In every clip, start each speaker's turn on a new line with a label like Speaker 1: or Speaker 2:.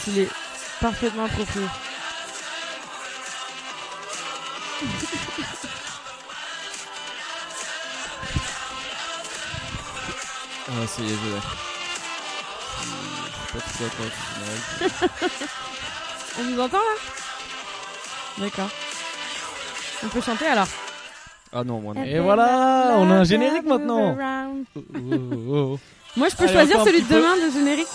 Speaker 1: Stylé. Parfaitement approprié.
Speaker 2: Ah, c'est les jeux là. Je suis pas tout d'accord avec ce général.
Speaker 1: On nous entend là D'accord. On peut chanter alors
Speaker 2: Ah non, moi non.
Speaker 3: Et voilà, on a un générique maintenant. Oh, oh, oh.
Speaker 1: Moi je peux
Speaker 3: Allez,
Speaker 1: choisir
Speaker 3: encore un
Speaker 1: celui de
Speaker 3: petit peu.
Speaker 1: demain, le générique.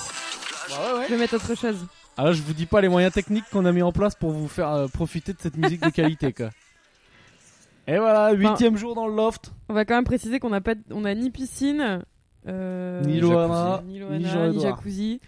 Speaker 2: Bah ouais, ouais.
Speaker 1: Je vais mettre autre chose.
Speaker 3: Alors Ah, je vous dis pas les moyens techniques qu'on a mis en place pour vous faire euh, profiter de cette musique de qualité quoi. Et voilà, huitième jour dans le loft,
Speaker 1: On va quand même préciser qu'on n'a pas, de- on a ni piscine, euh,
Speaker 3: ni
Speaker 2: jacuzzi.
Speaker 3: Loana,
Speaker 1: ni,
Speaker 3: ni
Speaker 1: Loana, ni
Speaker 3: Jean-Edouard.
Speaker 1: jacuzzi,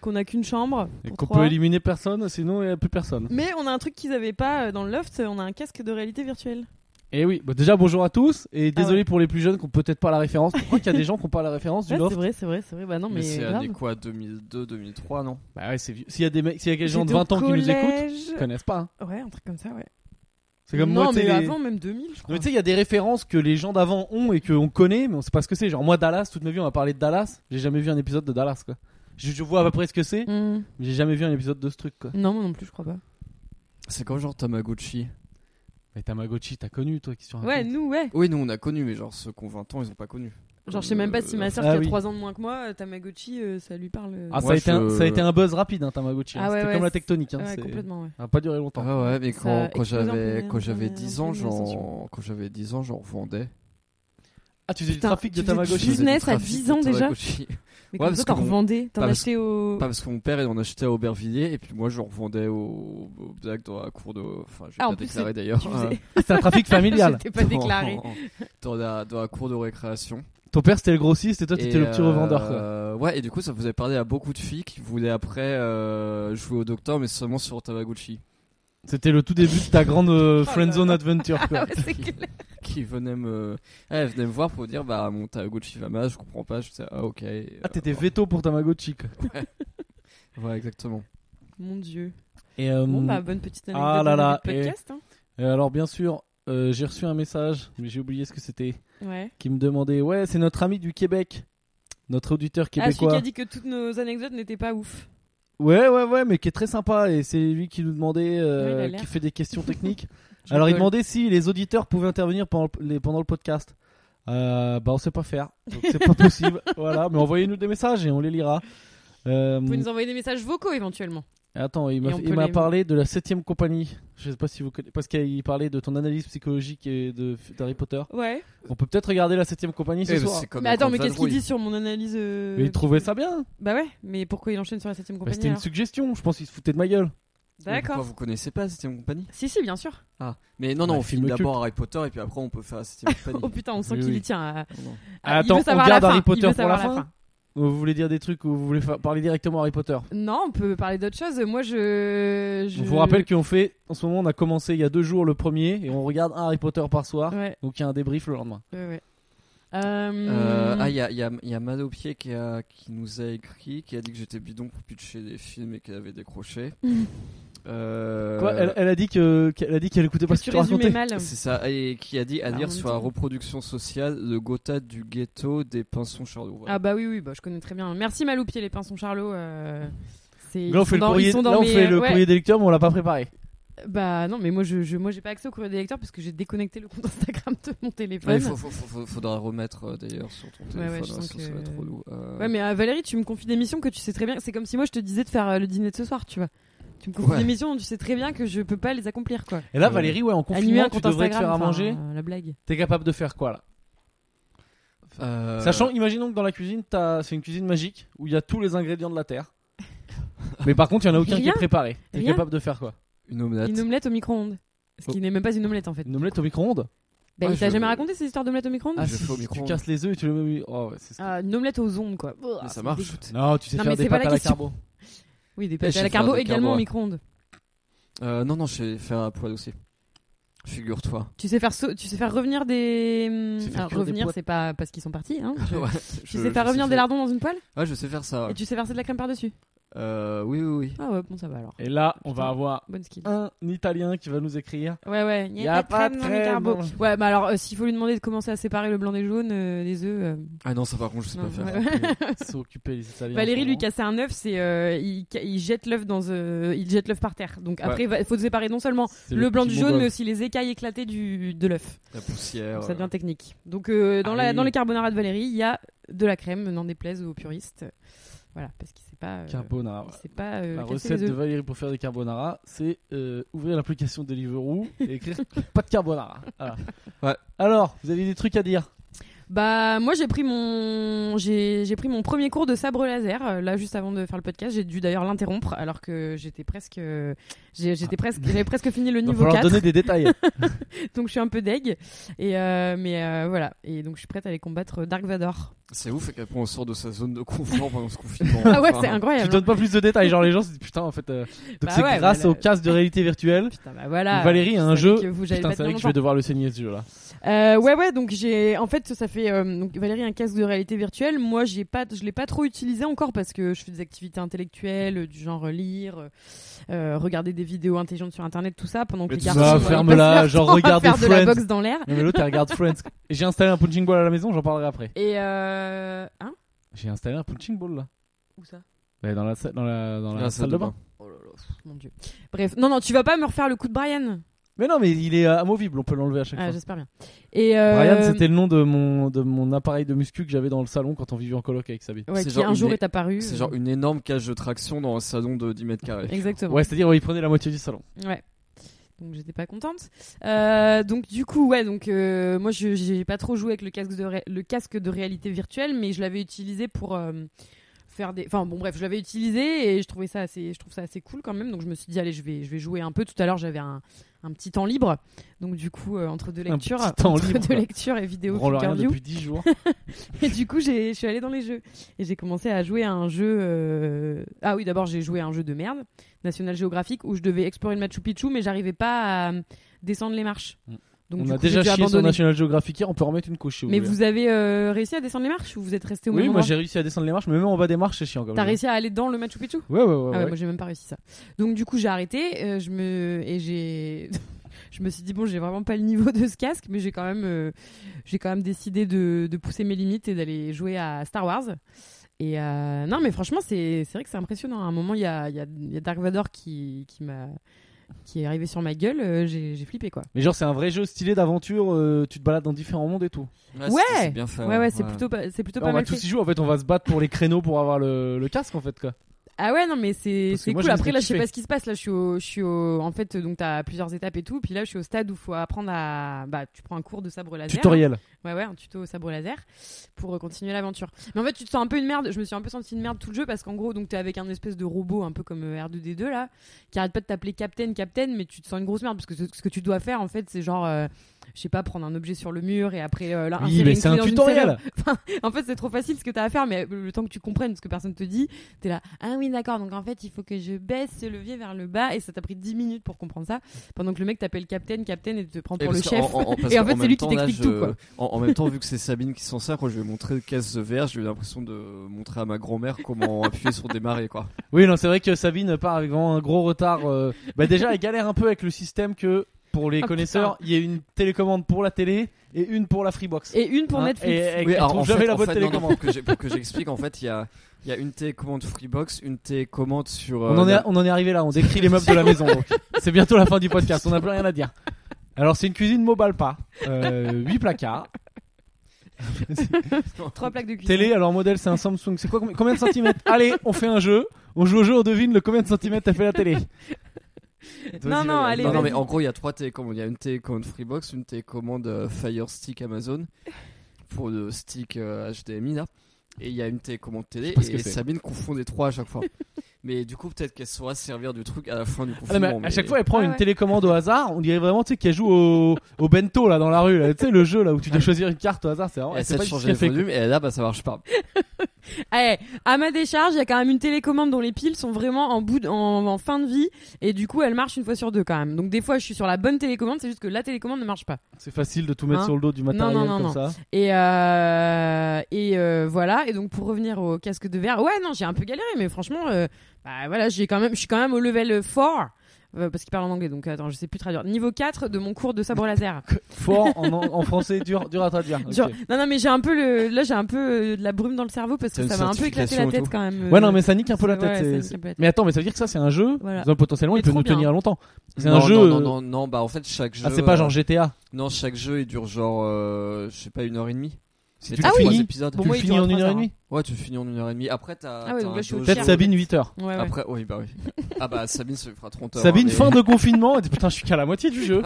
Speaker 1: qu'on a qu'une chambre.
Speaker 3: et
Speaker 1: pour
Speaker 3: qu'on
Speaker 1: trois.
Speaker 3: peut éliminer personne, sinon il n'y a plus personne.
Speaker 1: Mais on a un truc qu'ils avaient pas euh, dans le loft, on a un casque de réalité virtuelle.
Speaker 3: Et oui, bah, déjà bonjour à tous, et
Speaker 1: Ah
Speaker 3: désolé
Speaker 1: ouais.
Speaker 3: pour les plus jeunes qui ont peut-être pas la référence. Je crois qu'il y a des gens qui ont pas la référence du
Speaker 1: Ouais, c'est
Speaker 3: loft.
Speaker 1: vrai, c'est vrai, c'est vrai. Bah non,
Speaker 2: Mais
Speaker 1: mais,
Speaker 2: c'est
Speaker 1: grave.
Speaker 2: année quoi 2002, 2003, non
Speaker 3: Bah ouais, c'est vieux. S'il y a des mecs, s'il y a des gens de
Speaker 1: J'étais au
Speaker 3: 20 ans qui nous écoutent,
Speaker 1: collège.
Speaker 3: ils connaissent pas. hein.
Speaker 1: Ouais, un truc comme ça, ouais.
Speaker 3: C'est comme
Speaker 1: non,
Speaker 3: moi, tu sais,
Speaker 1: mais
Speaker 3: les-
Speaker 1: avant, même 2000, je
Speaker 3: Non,
Speaker 1: crois.
Speaker 3: mais tu sais, il y a des références que les gens d'avant ont et qu'on connaît, mais on sait pas ce que c'est. Genre, moi, Dallas, toute ma vie, on a parlé de Dallas. J'ai jamais vu un épisode de Dallas, quoi. Je, je vois à peu près ce que c'est,
Speaker 1: Hmm.
Speaker 3: mais j'ai jamais vu un épisode de ce truc, quoi.
Speaker 1: Non, moi non plus, je crois pas.
Speaker 2: C'est comme genre Tamagotchi.
Speaker 3: Mais Tamagotchi, t'as connu, toi, qui sur
Speaker 1: Ouais, nous, ouais.
Speaker 2: Oui, nous on a connu, mais genre ceux qui ont 20 ans, ils ont pas connu.
Speaker 1: Genre, je sais même pas si ma soeur
Speaker 3: Ah
Speaker 1: qui a
Speaker 3: oui.
Speaker 1: 3 ans de moins que moi, euh, Tamagotchi, euh, ça lui parle. euh,
Speaker 3: Ah, ça,
Speaker 2: Moi,
Speaker 3: a été un,
Speaker 2: je-
Speaker 3: ça a été un buzz rapide, hein, Tamagotchi. hein.
Speaker 1: Ah ouais,
Speaker 3: C'était
Speaker 1: ouais,
Speaker 3: comme la
Speaker 1: c'est-
Speaker 3: techtonique, hein.
Speaker 1: ouais,
Speaker 3: c'est-
Speaker 1: complètement, ouais.
Speaker 3: Ça a pas duré longtemps.
Speaker 2: Ah ouais, mais
Speaker 1: Ça
Speaker 2: quand, quand
Speaker 1: explose hein. en
Speaker 2: j'avais
Speaker 1: plein-
Speaker 2: quand j'avais
Speaker 1: en
Speaker 2: 10 ans,
Speaker 1: pleine
Speaker 2: j'en
Speaker 1: ascension.
Speaker 2: quand j'avais 10 ans, j'en revendais.
Speaker 3: Ah, tu faisais du
Speaker 1: Putain,
Speaker 3: trafic de
Speaker 1: tu faisais du
Speaker 2: Je faisais du
Speaker 3: Tamagotchi
Speaker 1: business à
Speaker 2: trafic
Speaker 1: 10 ans
Speaker 2: de
Speaker 1: déjà
Speaker 2: Tamagotchi.
Speaker 1: Mais
Speaker 2: Ouais,
Speaker 1: comme
Speaker 2: parce
Speaker 1: ça,
Speaker 2: que
Speaker 1: t'en
Speaker 2: mon-
Speaker 1: revendais, t'en
Speaker 2: pas parce-
Speaker 1: achetais au.
Speaker 2: Pas parce que mon père il en achetait à Aubervilliers et puis moi je revendais au, au black dans la cour de. Enfin, j'ai
Speaker 1: Ah, en
Speaker 2: pas
Speaker 1: plus,
Speaker 2: déclaré
Speaker 1: c'est-
Speaker 2: d'ailleurs. hein.
Speaker 1: tu faisais-
Speaker 3: C'est un trafic familial.
Speaker 1: J'étais pas déclaré.
Speaker 2: Dans la, dans la cour de récréation.
Speaker 3: Ton père, c'était le grossiste et toi,
Speaker 2: Et,
Speaker 3: t'étais le petit
Speaker 2: euh,
Speaker 3: revendeur, quoi.
Speaker 2: Ouais, et du coup, ça faisait parler à beaucoup de filles qui voulaient après euh, jouer au docteur, mais seulement sur Tamagotchi.
Speaker 3: C'était le tout début de ta grande euh, friendzone adventure,
Speaker 1: Ah
Speaker 3: quoi.
Speaker 1: ouais, c'est clair.
Speaker 2: Qui venaient me. Ah, elles venaient me voir pour dire Bah, mon Tamagotchi va mal, je comprends pas. Je disais Ah, ok.
Speaker 3: Ah, t'étais veto pour Tamagotchi, quoi.
Speaker 2: Ouais, exactement.
Speaker 1: Mon dieu.
Speaker 3: Et,
Speaker 1: Bon,
Speaker 3: euh,
Speaker 1: bah, bonne petite anecdote
Speaker 3: Ah là
Speaker 1: de
Speaker 3: là,
Speaker 1: notre podcast. hein.
Speaker 3: Et alors bien sûr, euh, j'ai reçu un message, mais j'ai oublié ce que c'était,
Speaker 1: Ouais. Ah,
Speaker 3: qui me demandait, ouais, c'est notre ami du Québec, notre auditeur
Speaker 1: Ah, celui qui
Speaker 3: québécois.
Speaker 1: a dit que toutes nos anecdotes n'étaient pas ouf.
Speaker 3: Ouais, ouais, ouais, mais qui est très sympa, et c'est lui qui nous demandait, euh,
Speaker 1: Ouais, il a l'air.
Speaker 3: qui fait des questions techniques. alors il
Speaker 1: J'adore.
Speaker 3: demandait si les auditeurs pouvaient intervenir pendant le, les- pendant le podcast. Euh, bah on sait pas faire, donc c'est pas possible. voilà, mais envoyez-nous des messages et on les lira. Euh,
Speaker 1: Vous pouvez nous envoyer des messages vocaux éventuellement.
Speaker 3: Attends, il m'a
Speaker 1: Et on
Speaker 3: il
Speaker 1: peut
Speaker 3: m'a
Speaker 1: les-
Speaker 3: parlé de la septième compagnie. Je sais pas si vous connaissez, parce qu'il parlait de ton analyse psychologique et de d'Harry Potter.
Speaker 1: Ouais.
Speaker 3: On peut peut-être regarder la septième compagnie ce
Speaker 2: Eh, bah,
Speaker 3: soir.
Speaker 2: c'est comme
Speaker 1: mais
Speaker 2: un
Speaker 1: attends,
Speaker 2: camp
Speaker 1: mais
Speaker 2: de
Speaker 1: qu'est-ce qu'il
Speaker 2: vadrouille.
Speaker 1: dit sur mon analyse euh,
Speaker 3: Mais il trouvait ça bien.
Speaker 1: Bah ouais, mais pourquoi il enchaîne sur la 7ème
Speaker 3: Bah,
Speaker 1: compagnie
Speaker 3: c'était une
Speaker 1: alors
Speaker 3: suggestion. Je pense qu'il se foutait de ma gueule.
Speaker 2: Mais Pourquoi
Speaker 1: D'accord.
Speaker 2: vous connaissez pas Septième Compagnie
Speaker 1: Si, si, bien sûr.
Speaker 2: Ah, mais non,
Speaker 3: Bah,
Speaker 2: non, on
Speaker 3: film
Speaker 2: filme
Speaker 3: culte.
Speaker 2: d'abord Harry Potter et puis après on peut faire Septième
Speaker 1: Oh
Speaker 2: Compagnie.
Speaker 1: putain, on sent
Speaker 3: Oui,
Speaker 1: qu'il
Speaker 3: oui.
Speaker 1: y tient. à-
Speaker 2: Non, non.
Speaker 1: Ah, il veut
Speaker 3: Attends, on
Speaker 1: savoir la
Speaker 3: garde
Speaker 1: fin.
Speaker 3: Harry
Speaker 1: Il veut
Speaker 3: Potter pour la
Speaker 1: savoir
Speaker 3: fin. Ou Vous voulez dire des trucs ou vous voulez fa- parler directement à Harry Potter
Speaker 1: Non, on peut parler d'autre chose. Moi, je. je...
Speaker 3: On vous rappelle qu'on fait, en ce moment, on a commencé il y a deux jours le premier et on regarde un Harry Potter par soir.
Speaker 1: Ouais,
Speaker 3: Donc il y a un débrief le lendemain.
Speaker 1: ouais, ouais. Euh,
Speaker 2: Euh, ah, il y a, il y a, il y a Mado Pied qui, a, qui nous a écrit, qui a dit que j'étais bidon pour pitcher des films et qu'elle avait décroché.
Speaker 1: Hmm.
Speaker 2: Euh,
Speaker 3: Quoi elle, elle a dit que- qu'elle a dit qu'elle écoutait
Speaker 1: que
Speaker 3: pas ce que
Speaker 1: tu
Speaker 3: tu
Speaker 1: résumais
Speaker 3: racontais.
Speaker 1: mal.
Speaker 2: C'est ça, et qui a dit à
Speaker 1: Bah, en
Speaker 2: lire
Speaker 1: même
Speaker 2: sur la
Speaker 1: temps.
Speaker 2: reproduction sociale le Gotha du ghetto des pinsons charlots. Voilà.
Speaker 1: Ah bah oui, oui, bah, je connais très bien. Merci Maloupier, les pinsons Charlot. Euh... c'est- ils
Speaker 3: Là on
Speaker 1: sont
Speaker 3: fait le
Speaker 1: dans-
Speaker 3: courrier,
Speaker 1: ils sont dans
Speaker 3: là, on
Speaker 1: mes- euh,
Speaker 3: fait le
Speaker 1: ouais.
Speaker 3: courrier des lecteurs, mais on l'a pas préparé.
Speaker 1: Bah non, mais moi, je, je- moi, j'ai pas accès au courrier des lecteurs parce que j'ai déconnecté le compte Instagram de mon téléphone.
Speaker 2: Ouais, il faut- faut- faut- faut- faudra remettre euh, d'ailleurs sur ton téléphone,
Speaker 1: ouais, je
Speaker 2: hein,
Speaker 1: sens
Speaker 2: sinon ça va
Speaker 1: que-
Speaker 2: être relou. Euh,
Speaker 1: Ouais, mais euh, Valérie, tu me confies des missions que tu sais très bien. C'est comme si moi je te disais de faire euh, le dîner de ce soir, tu vois. Tu me confies
Speaker 2: Ouais.
Speaker 1: des missions dont tu sais très bien que je peux pas les accomplir, quoi.
Speaker 3: Et là,
Speaker 2: Euh,
Speaker 3: Valérie, ouais, en
Speaker 1: Animer
Speaker 3: confinement,
Speaker 1: un
Speaker 3: tu
Speaker 1: compte
Speaker 3: devrais te
Speaker 1: Instagram,
Speaker 3: faire à
Speaker 1: enfin,
Speaker 3: manger.
Speaker 1: euh, la blague.
Speaker 3: T'es capable de faire quoi là
Speaker 2: euh,
Speaker 3: Sachant, imaginons que dans la cuisine, t'as- c'est une cuisine magique où il y a tous les ingrédients de la terre. Mais par contre, il y en a aucun qui
Speaker 1: Rien.
Speaker 3: est préparé. T'es
Speaker 1: Rien.
Speaker 3: capable de faire quoi
Speaker 2: une omelette.
Speaker 1: Une
Speaker 3: Ah,
Speaker 1: omelette au micro-ondes. Ce qui n'est même pas une omelette en fait.
Speaker 3: Une omelette au micro-ondes
Speaker 1: Bah,
Speaker 2: Ouais,
Speaker 1: il t'a
Speaker 2: je-
Speaker 1: jamais raconté ces histoires d'omelette au micro-ondes
Speaker 2: Ah,
Speaker 1: ah,
Speaker 2: je fais au
Speaker 3: tu
Speaker 2: micro-ondes.
Speaker 3: casses les œufs et tu le mets. Oh, ouais, c'est-
Speaker 1: Une omelette aux ondes, quoi. Ouah,
Speaker 2: Mais
Speaker 1: ça
Speaker 2: ça
Speaker 1: me
Speaker 2: marche.
Speaker 1: dégoûte.
Speaker 3: Non, tu sais
Speaker 1: Non, mais
Speaker 3: faire des
Speaker 1: c'est pas
Speaker 3: pâtes
Speaker 1: la
Speaker 3: à la
Speaker 1: question.
Speaker 3: carbo.
Speaker 1: Oui, des
Speaker 2: Eh,
Speaker 1: pâtes
Speaker 2: je
Speaker 1: à
Speaker 2: sais
Speaker 1: la
Speaker 2: faire
Speaker 1: carbo
Speaker 2: des
Speaker 1: également
Speaker 2: carbos.
Speaker 1: au micro-ondes.
Speaker 2: Euh, non, non, je sais faire à poil aussi. Figure-toi.
Speaker 1: Tu sais faire sau- tu sais faire revenir des hum,
Speaker 3: sais faire
Speaker 1: alors,
Speaker 3: cuire des
Speaker 1: revenir
Speaker 3: poites.
Speaker 1: c'est pas parce qu'ils sont partis hein. Je-
Speaker 2: Ouais,
Speaker 1: tu
Speaker 2: je-
Speaker 1: sais
Speaker 2: je
Speaker 1: faire revenir des
Speaker 2: faire-
Speaker 1: lardons dans une poêle
Speaker 2: Ouais, je sais faire ça.
Speaker 1: et tu sais verser de la crème par-dessus.
Speaker 2: Euh, oui, oui, oui.
Speaker 1: Ah ouais, bon, ça va alors.
Speaker 3: Et là, on
Speaker 1: Putain.
Speaker 3: va avoir
Speaker 1: Bonne skill.
Speaker 3: un Italien qui va nous écrire.
Speaker 1: Ouais, ouais. Il
Speaker 3: Ah. Y a pas de traîne
Speaker 1: carbo.
Speaker 3: dans
Speaker 1: Ouais, mais alors, euh, s'il faut lui demander de commencer à séparer le blanc des jaunes, euh, des œufs. euh,
Speaker 2: Ah non, ça par contre, je sais
Speaker 1: non,
Speaker 2: pas faire.
Speaker 1: ouais.
Speaker 3: Euh, S'occuper les Italiens.
Speaker 1: Valérie,
Speaker 3: en ce
Speaker 1: lui,
Speaker 3: moment.
Speaker 1: casser un œuf, c'est. euh, il, ca- il jette l'œuf dans. euh, il jette l'œuf par terre. Donc après, il faut séparer non seulement
Speaker 3: C'est
Speaker 1: le, blanc
Speaker 3: petit
Speaker 1: du jaune,
Speaker 3: Mongol.
Speaker 1: mais aussi les écailles éclatées du, de l'œuf.
Speaker 2: La poussière.
Speaker 1: Donc ça
Speaker 2: euh,
Speaker 1: devient technique. Donc euh, dans,
Speaker 3: Ah
Speaker 1: la,
Speaker 3: oui.
Speaker 1: dans les carbonara de Valérie, il y a de la crème, n'en déplaise aux puristes. Voilà, parce qu'il sait pas. euh,
Speaker 3: Carbonara.
Speaker 1: il sait pas. euh,
Speaker 3: La
Speaker 1: casser
Speaker 3: recette
Speaker 1: les
Speaker 3: de
Speaker 1: œufs.
Speaker 3: Valérie pour faire des carbonara, c'est euh, ouvrir l'application Deliveroo et écrire pas de carbonara. Voilà.
Speaker 2: Ouais.
Speaker 3: Alors, vous avez des trucs à dire
Speaker 1: Bah moi j'ai pris mon j'ai j'ai pris mon premier cours de sabre laser euh, là juste avant de faire le podcast j'ai dû d'ailleurs l'interrompre alors que j'étais presque euh, j'ai- j'étais presque j'avais presque fini le
Speaker 3: Ah. Il va
Speaker 1: niveau 4
Speaker 3: falloir donner des détails.
Speaker 1: donc je suis un peu deg et euh, mais euh, voilà et donc je suis prête à aller combattre euh, Dark Vador
Speaker 2: C'est ouf, à quel point on sort de sa zone de confort pendant ce confinement.
Speaker 1: ah ouais
Speaker 2: Enfin,
Speaker 1: c'est
Speaker 3: tu
Speaker 1: incroyable
Speaker 3: donnes pas plus de détails, genre les gens se disent putain en fait. euh,
Speaker 1: Bah
Speaker 3: Donc c'est
Speaker 1: ouais,
Speaker 3: grâce
Speaker 1: voilà.
Speaker 3: au casque de réalité virtuelle.
Speaker 1: Putain, bah voilà,
Speaker 3: Valérie
Speaker 1: je
Speaker 3: a un
Speaker 1: savais
Speaker 3: jeu.
Speaker 1: que vous, j'allais
Speaker 3: Putain,
Speaker 1: pas
Speaker 3: c'est
Speaker 1: tenir
Speaker 3: vrai que je vais
Speaker 1: longtemps.
Speaker 3: devoir le saigner ce jeu-là.
Speaker 1: Euh, ouais, ouais. Donc j'ai, en fait, ça fait euh, donc Valérie un casque de réalité virtuelle. Moi, j'ai pas, je l'ai pas trop utilisé encore parce que je fais des activités intellectuelles euh, du genre lire, euh, regarder des vidéos intelligentes sur Internet, tout ça, pendant que
Speaker 2: Mais
Speaker 1: les
Speaker 2: tout ça,
Speaker 1: garçons euh,
Speaker 3: Bah, ferme-la,
Speaker 1: ils passent leur
Speaker 3: genre
Speaker 1: temps à
Speaker 3: regarde
Speaker 1: faire de la
Speaker 3: Friends.
Speaker 1: boxe dans l'air.
Speaker 3: Non mais l'autre, elle regarde Friends. Et J'ai installé un punching ball à la maison, j'en parlerai après.
Speaker 1: Et euh... hein
Speaker 3: J'ai installé un punching ball là.
Speaker 1: Où ça
Speaker 3: Ouais, Dans la, sa- dans la, dans la, salle de bain.
Speaker 1: Oh là là, pff, mon dieu. Bref, non, non, tu vas pas me refaire le coup de Brian.
Speaker 3: Mais non, mais il est euh, amovible, on peut l'enlever à chaque
Speaker 1: Ah,
Speaker 3: fois.
Speaker 1: j'espère bien. Et euh...
Speaker 3: Brian, c'était le nom de mon, de mon appareil de muscu que j'avais dans le salon quand on vivait en coloc avec Sabi.
Speaker 1: ouais,
Speaker 2: C'est
Speaker 1: qui
Speaker 2: genre
Speaker 1: un
Speaker 2: une
Speaker 1: jour
Speaker 2: é-
Speaker 1: est apparu. euh,
Speaker 2: C'est genre une énorme cage de traction dans un salon de 10 mètres carrés.
Speaker 1: Exactement.
Speaker 3: Ouais, c'est-à-dire, ouais, il prenait la moitié du salon.
Speaker 1: Ouais. Donc j'étais pas contente. Euh, donc du coup ouais donc euh, moi je j'ai pas trop joué avec le casque de ré- le casque de réalité virtuelle mais je l'avais utilisé pour euh, faire des enfin bon bref je l'avais utilisé et je trouvais ça assez je trouve ça assez cool quand même donc je me suis dit allez je vais je vais jouer un peu tout à l'heure j'avais un, un petit temps libre donc du coup euh, entre deux
Speaker 3: Un
Speaker 1: lectures
Speaker 3: petit temps
Speaker 1: entre
Speaker 3: libre,
Speaker 1: deux
Speaker 3: quoi.
Speaker 1: lectures et vidéo
Speaker 3: Branle rien
Speaker 1: Flickr View.
Speaker 3: depuis 10 jours.
Speaker 1: Et du coup, j'ai- je suis allée dans les jeux. Et j'ai commencé à jouer à un jeu. euh, Ah oui, d'abord, j'ai joué à un jeu de merde, National Geographic, où je devais explorer le Machu Picchu, mais j'arrivais pas à euh, descendre les marches.
Speaker 3: Mm.
Speaker 1: Donc,
Speaker 3: on
Speaker 1: du
Speaker 3: a
Speaker 1: coup, j'ai
Speaker 3: déjà
Speaker 1: dû
Speaker 3: chié sur
Speaker 1: abandonner.
Speaker 3: National Geographic hier, on peut remettre une couche. si
Speaker 1: Mais
Speaker 3: voulez.
Speaker 1: vous avez euh, réussi à descendre les marches ou vous êtes resté au
Speaker 3: Oui,
Speaker 1: même
Speaker 3: moi
Speaker 1: endroit
Speaker 3: j'ai réussi à descendre les marches, mais même en bas des marches, c'est chiant quand
Speaker 1: T'as
Speaker 3: même.
Speaker 1: réussi à aller dans le Machu Picchu
Speaker 3: Ouais, ouais, ouais.
Speaker 1: Ah ouais,
Speaker 3: ouais.
Speaker 1: moi j'ai même pas réussi ça. Donc du coup j'ai arrêté, euh, je me et j'ai je me suis dit bon j'ai vraiment pas le niveau de ce casque, mais j'ai quand même euh, j'ai quand même décidé de, de pousser mes limites et d'aller jouer à Star Wars. Et euh, non mais franchement c'est c'est vrai que c'est impressionnant. À un moment il y a il y a- il y a Dark Vador qui qui m'a qui est arrivé sur ma gueule, euh, j'ai j'ai flippé quoi.
Speaker 3: Mais genre, c'est un vrai jeu stylé d'aventure, euh, tu te balades dans différents mondes et tout.
Speaker 2: Ouais,
Speaker 1: Ouais.
Speaker 2: c'est- c'est bien
Speaker 3: Ah
Speaker 2: fait.
Speaker 1: ouais ouais, c'est plutôt pas- c'est plutôt
Speaker 3: on
Speaker 1: pas
Speaker 3: va
Speaker 1: mal fait.
Speaker 3: tous y jouer, en fait, on va se battre pour les créneaux pour avoir le, le casque en fait quoi.
Speaker 1: Ah ouais non mais c'est
Speaker 3: Parce que
Speaker 1: c'est
Speaker 3: moi,
Speaker 1: cool
Speaker 3: je me
Speaker 1: après
Speaker 3: serais
Speaker 1: là je sais
Speaker 3: kiffé.
Speaker 1: pas ce qui se passe là je suis au, je suis au- en fait donc t'as plusieurs étapes et tout puis là je suis au stade où faut apprendre à bah tu prends un cours de sabre laser
Speaker 3: Tutoriel.
Speaker 1: ouais ouais un tuto au sabre laser pour euh, continuer l'aventure mais en fait tu te sens un peu une merde je me suis un peu senti une merde tout le jeu parce qu'en gros donc t'es avec un espèce de robot un peu comme euh, R2D2 là qui arrête pas de t'appeler Captain Captain mais tu te sens une grosse merde parce que ce ce que tu dois faire en fait c'est genre euh, je sais pas prendre un objet sur le mur et après euh, là,
Speaker 3: Oui,
Speaker 1: insérer
Speaker 3: mais
Speaker 1: une
Speaker 3: c'est
Speaker 1: clé
Speaker 3: un
Speaker 1: dans une serrure.
Speaker 3: tutoriel.
Speaker 1: En fait, c'est trop facile ce que t'as à faire, mais le temps que tu comprennes ce que personne te dit, t'es là. Ah oui, d'accord. Donc en fait, il faut que je baisse ce levier vers le bas, et ça t'a pris 10 minutes pour comprendre ça, pendant que le mec t'appelle capitaine, capitaine, et te prend pour le
Speaker 2: parce que
Speaker 1: chef.
Speaker 2: en- en- parce
Speaker 1: Et en
Speaker 2: que
Speaker 1: fait, c'est
Speaker 2: même
Speaker 1: lui qui
Speaker 2: temps, là,
Speaker 1: t'explique
Speaker 2: je-
Speaker 1: tout, quoi.
Speaker 2: En, en même temps, vu que c'est Sabine qui s'en sert, quand je vais montrer le casse vert, j'ai eu l'impression de montrer à ma grand-mère comment appuyer sur démarrer, quoi.
Speaker 3: Oui, non, c'est vrai que Sabine part avec vraiment un gros retard. euh, Bah, déjà, elle galère un peu avec le système que, pour les
Speaker 1: Ah,
Speaker 3: connaisseurs, il y a une télécommande pour la télé et une pour la Freebox.
Speaker 1: Et une
Speaker 2: Ah,
Speaker 1: pour
Speaker 3: Hein,
Speaker 1: Netflix.
Speaker 3: Et, et-
Speaker 2: Oui,
Speaker 3: elle
Speaker 2: alors,
Speaker 3: trouve
Speaker 2: en
Speaker 3: jamais
Speaker 2: fait-
Speaker 3: la
Speaker 2: en
Speaker 3: bonne
Speaker 2: fait, non, non,
Speaker 3: télécommande.
Speaker 2: pour que j'ai- pour que j'explique, en fait, il y a, il y a une télécommande Freebox, une télécommande sur. euh,
Speaker 3: on, en est,
Speaker 2: la-
Speaker 3: on en est arrivé là, on décrit les meubles de la maison. donc. C'est bientôt la fin du podcast, on n'a plus rien à dire. Alors, c'est une cuisine mobile pas. Euh, 8 placards.
Speaker 1: Trois plaques de cuisine.
Speaker 3: Télé, alors modèle, c'est un Samsung. C'est quoi Combien de centimètres Allez, on fait un jeu. On joue au jeu, on devine le combien de centimètres a fait la télé.
Speaker 1: Non, non,
Speaker 3: Vas-y, Valérie.
Speaker 1: allez,
Speaker 2: Non, non,
Speaker 1: vas-y.
Speaker 2: mais en gros, il y a trois télécommandes. Il y a une télécommande Freebox, une télécommande euh, Fire Stick Amazon pour le stick euh, HDMI là. Et il y a une télécommande télé.
Speaker 3: pas ce que
Speaker 2: Et
Speaker 3: c'est.
Speaker 2: Sabine confond les trois à chaque fois. mais du coup, peut-être qu'elle saura se servir du truc à la fin du
Speaker 3: Ah non, mais
Speaker 2: confinement.
Speaker 3: à
Speaker 2: mais-
Speaker 3: chaque fois, elle prend
Speaker 1: Ah
Speaker 3: une
Speaker 1: ouais.
Speaker 3: télécommande au hasard. On dirait vraiment, tu sais, qu'elle joue au, au bento là dans la rue. là. Tu sais, le jeu là où tu dois choisir une carte au hasard, c'est vraiment.
Speaker 2: elle
Speaker 3: c'est
Speaker 2: essaie de
Speaker 3: pas
Speaker 2: changer
Speaker 3: ce
Speaker 2: le
Speaker 3: qu'elle fait.
Speaker 2: volume et là, bah, ça marche pas.
Speaker 1: Eh, à ma décharge, il y a quand même une télécommande dont les piles sont vraiment en bout, de- en, en fin de vie, et du coup, elle marche une fois sur deux quand même. Donc des fois, je suis sur la bonne télécommande, c'est juste que la télécommande ne marche pas.
Speaker 3: C'est facile de tout mettre
Speaker 1: Hein
Speaker 3: sur le dos du matériel
Speaker 1: non, non,
Speaker 3: comme
Speaker 1: non.
Speaker 3: ça.
Speaker 1: Et euh, et euh, voilà. Et donc pour revenir au casque de verre, ouais, non, j'ai un peu galéré, mais franchement, euh, bah voilà, j'ai quand même, je suis quand même au level 4 euh, parce qu'il parle en anglais, donc attends, je sais plus traduire. Niveau 4 de mon cours de sabre laser.
Speaker 3: Fort en, en français, dur, dur à traduire. Ok.
Speaker 1: Genre- Non, non, mais j'ai un peu le, là, j'ai un peu euh, de la brume dans le cerveau parce que
Speaker 2: T'as
Speaker 1: ça
Speaker 2: une
Speaker 1: m'a un peu éclaté la
Speaker 2: certification et
Speaker 1: tête
Speaker 2: tout.
Speaker 1: quand même.
Speaker 3: Ouais,
Speaker 1: euh,
Speaker 3: non, mais ça nique un peu la
Speaker 1: c'est- ouais,
Speaker 3: tête.
Speaker 1: ça
Speaker 3: c'est-
Speaker 1: nique un peu la tête.
Speaker 3: Mais attends, mais ça veut dire que ça, c'est un jeu.
Speaker 1: Voilà.
Speaker 3: donc potentiellement,
Speaker 1: Mais
Speaker 3: il peut
Speaker 1: trop
Speaker 3: nous
Speaker 1: bien.
Speaker 3: tenir longtemps. C'est
Speaker 2: Non,
Speaker 3: un jeu.
Speaker 2: Non,
Speaker 3: euh,
Speaker 2: non, non, non, bah en fait, chaque jeu.
Speaker 3: Ah, c'est pas genre
Speaker 2: euh,
Speaker 3: GTA.
Speaker 2: Non, chaque jeu, il dure genre, euh, je sais pas, une heure et demie. C'est
Speaker 3: tu
Speaker 2: trois
Speaker 3: le finis,
Speaker 2: épisodes.
Speaker 1: Bon,
Speaker 3: tu
Speaker 1: moi,
Speaker 3: le
Speaker 1: il
Speaker 3: finis
Speaker 1: dure
Speaker 3: en une
Speaker 1: trois
Speaker 3: heure et
Speaker 1: heures,
Speaker 3: demie.
Speaker 2: Ouais, tu le finis en une heure et demie. Après, t'as.
Speaker 1: Ah ouais,
Speaker 2: t'as
Speaker 1: donc
Speaker 2: un
Speaker 1: là, je suis au
Speaker 2: dojo.
Speaker 3: Peut-être
Speaker 1: Cher.
Speaker 3: Sabine, 8 heures.
Speaker 1: Ouais, ouais.
Speaker 2: Après, oui, bah oui. Ah bah, Sabine se fera 30 heures. hein,
Speaker 3: Sabine,
Speaker 2: mais
Speaker 3: fin de confinement. Elle dit, putain, je suis qu'à la moitié du jeu.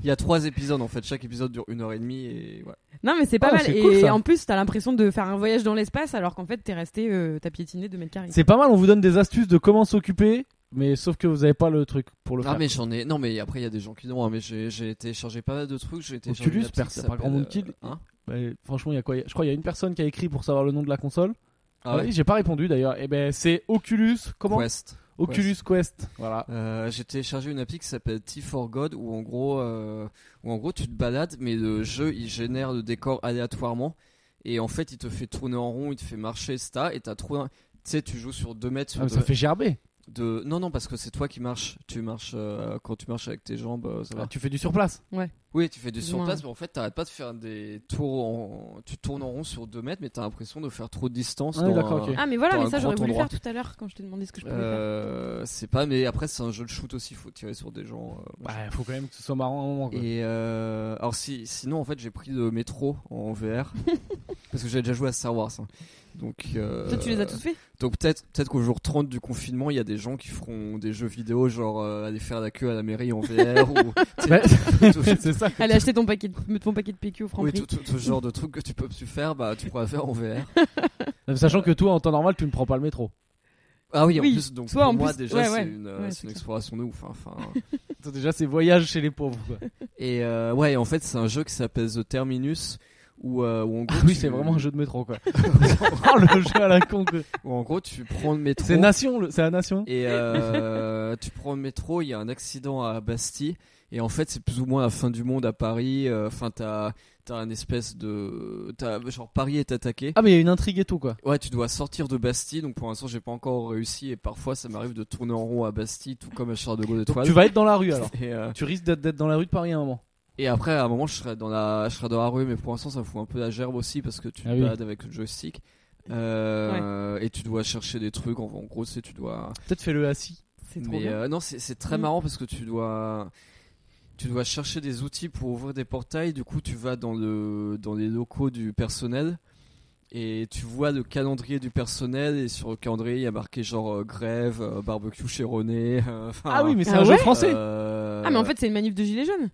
Speaker 2: Il y a trois épisodes en fait. Chaque épisode dure une heure et demie et ouais.
Speaker 1: Non, mais c'est pas
Speaker 3: Ah,
Speaker 1: mal.
Speaker 3: c'est
Speaker 1: Et
Speaker 3: cool, ça.
Speaker 1: en plus, t'as l'impression de faire un voyage dans l'espace alors qu'en fait, t'es resté, euh, t'as piétiné 2 mètres carrés.
Speaker 3: C'est pas mal, on vous donne des astuces de comment s'occuper, mais sauf que vous avez pas le truc pour le
Speaker 2: Ah
Speaker 3: faire.
Speaker 2: mais j'en ai. Non mais après il y a des gens qui l'ont. hein, mais j'ai j'ai téléchargé pas mal de trucs. J'ai téléchargé
Speaker 3: Oculus,
Speaker 2: une appli qui
Speaker 3: personne- pas grand
Speaker 2: s'appelle,
Speaker 3: monde qui-
Speaker 2: euh, hein
Speaker 3: Bah, franchement, il y a quoi Je crois qu'il y a une personne qui a écrit pour savoir le nom de la console.
Speaker 2: ah ouais.
Speaker 3: J'ai pas répondu d'ailleurs. Et ben c'est Oculus, comment
Speaker 2: Quest.
Speaker 3: Oculus Quest. Voilà.
Speaker 2: Euh, j'ai téléchargé une appli qui s'appelle T for God où en gros euh, où en gros tu te balades mais le jeu il génère le décor aléatoirement et en fait il te fait tourner en rond, il te fait marcher, etc. Et t'as trop. Tu sais, tu joues sur 2 mètres.
Speaker 3: Ah,
Speaker 2: Sur
Speaker 3: mais
Speaker 2: deux-
Speaker 3: ça fait gerber.
Speaker 2: de... Non, non, parce que c'est toi qui marches. Tu marches euh, quand tu marches avec tes jambes, euh, ça va.
Speaker 3: Ah, tu fais du surplace.
Speaker 2: Oui, tu fais du
Speaker 1: Plus ou moins,
Speaker 2: surplace, mais en fait, t'arrêtes pas de faire des tours en. Tu tournes en rond sur 2 mètres, mais t'as l'impression de faire trop de distance.
Speaker 3: Ah oui,
Speaker 2: dans
Speaker 3: d'accord,
Speaker 2: un-
Speaker 3: ok.
Speaker 1: Ah, mais voilà,
Speaker 2: Dans
Speaker 1: mais
Speaker 2: un
Speaker 1: ça, j'aurais
Speaker 2: grand
Speaker 1: voulu le faire
Speaker 2: endroit.
Speaker 1: tout à l'heure quand je t'ai demandé ce que je pouvais faire.
Speaker 2: Euh, c'est pas, mais après, c'est un jeu de shoot aussi, faut tirer sur des gens. euh, machin.
Speaker 3: Bah, faut quand même que ce soit marrant à un moment. quoi.
Speaker 2: Et euh, alors si, sinon en fait j'ai pris le métro en VR parce que j'avais déjà joué à Star Wars. hein. Donc euh,
Speaker 1: Toi, tu les as tous fait
Speaker 2: donc peut-être peut-être qu'au jour 30 du confinement il y a des gens qui feront des jeux vidéo genre euh, aller faire la queue à la mairie en VR ou tu sais,
Speaker 3: Bah,
Speaker 2: tout-
Speaker 3: c'est ça.
Speaker 1: Allez acheter ton paquet de, ton paquet de PQ au
Speaker 2: oui,
Speaker 1: Franprix.
Speaker 2: tout, tout- tout ce genre de truc que tu peux tu faire bah tu pourras faire en VR.
Speaker 3: Sachant que toi, en temps normal, tu ne prends pas le métro.
Speaker 2: Ah oui, en
Speaker 1: Oui,
Speaker 2: plus donc
Speaker 1: toi,
Speaker 2: pour
Speaker 1: en
Speaker 2: moi
Speaker 1: plus-
Speaker 2: déjà
Speaker 1: ouais,
Speaker 2: c'est
Speaker 1: ouais.
Speaker 2: une, euh,
Speaker 1: Ouais,
Speaker 2: c'est
Speaker 1: c'est
Speaker 2: une
Speaker 1: clair.
Speaker 2: exploration de ouf. hein. Enfin,
Speaker 3: Ça, Déjà, c'est voyage chez les pauvres. quoi.
Speaker 2: et euh, ouais et en fait c'est un jeu qui s'appelle The Terminus où, euh, où en gros
Speaker 3: Ah oui,
Speaker 2: tu-
Speaker 3: c'est vraiment un jeu de métro. quoi. Oh, le jeu à la con. quoi.
Speaker 2: où en gros tu prends le métro.
Speaker 3: C'est Nation, le- c'est la Nation.
Speaker 2: Et euh, tu prends le métro, il y a un accident à Bastille, et en fait c'est plus ou moins la fin du monde à Paris. euh, Enfin t'as t'as un espèce de t'as genre Paris est attaqué.
Speaker 3: Ah, mais il y a une intrigue et tout quoi.
Speaker 2: Ouais, tu dois sortir de Bastille, donc pour l'instant j'ai pas encore réussi, et parfois ça m'arrive de tourner en rond à Bastille, tout comme à Charles de Gaulle
Speaker 3: Donc,
Speaker 2: étoile.
Speaker 3: tu vas être dans la rue alors.
Speaker 2: Et, euh,
Speaker 3: Tu risques d'être d'être dans la rue de Paris à un moment.
Speaker 2: et après à un moment je serai dans la je serai dans la rue, mais pour l'instant ça me fout un peu la gerbe aussi parce que tu te
Speaker 3: Ah oui.
Speaker 2: balades avec le joystick. Euh, Et tu dois chercher des trucs. En, en gros, c'est tu dois.
Speaker 3: Peut-être fais-le assis.
Speaker 1: C'est trop
Speaker 2: Mais
Speaker 1: bien.
Speaker 2: euh, non, c'est c'est très
Speaker 1: Mm.
Speaker 2: marrant parce que tu dois tu dois chercher des outils pour ouvrir des portails. Du coup, tu vas dans le dans les locaux du personnel et tu vois le calendrier du personnel et sur le calendrier il y a marqué genre euh, grève, euh, barbecue chez René. euh, enfin,
Speaker 3: Ah oui, mais c'est
Speaker 1: Ah
Speaker 3: un jeu
Speaker 1: ouais
Speaker 3: français.
Speaker 2: euh,
Speaker 1: Ah, mais en fait, c'est une manif de gilets jaunes.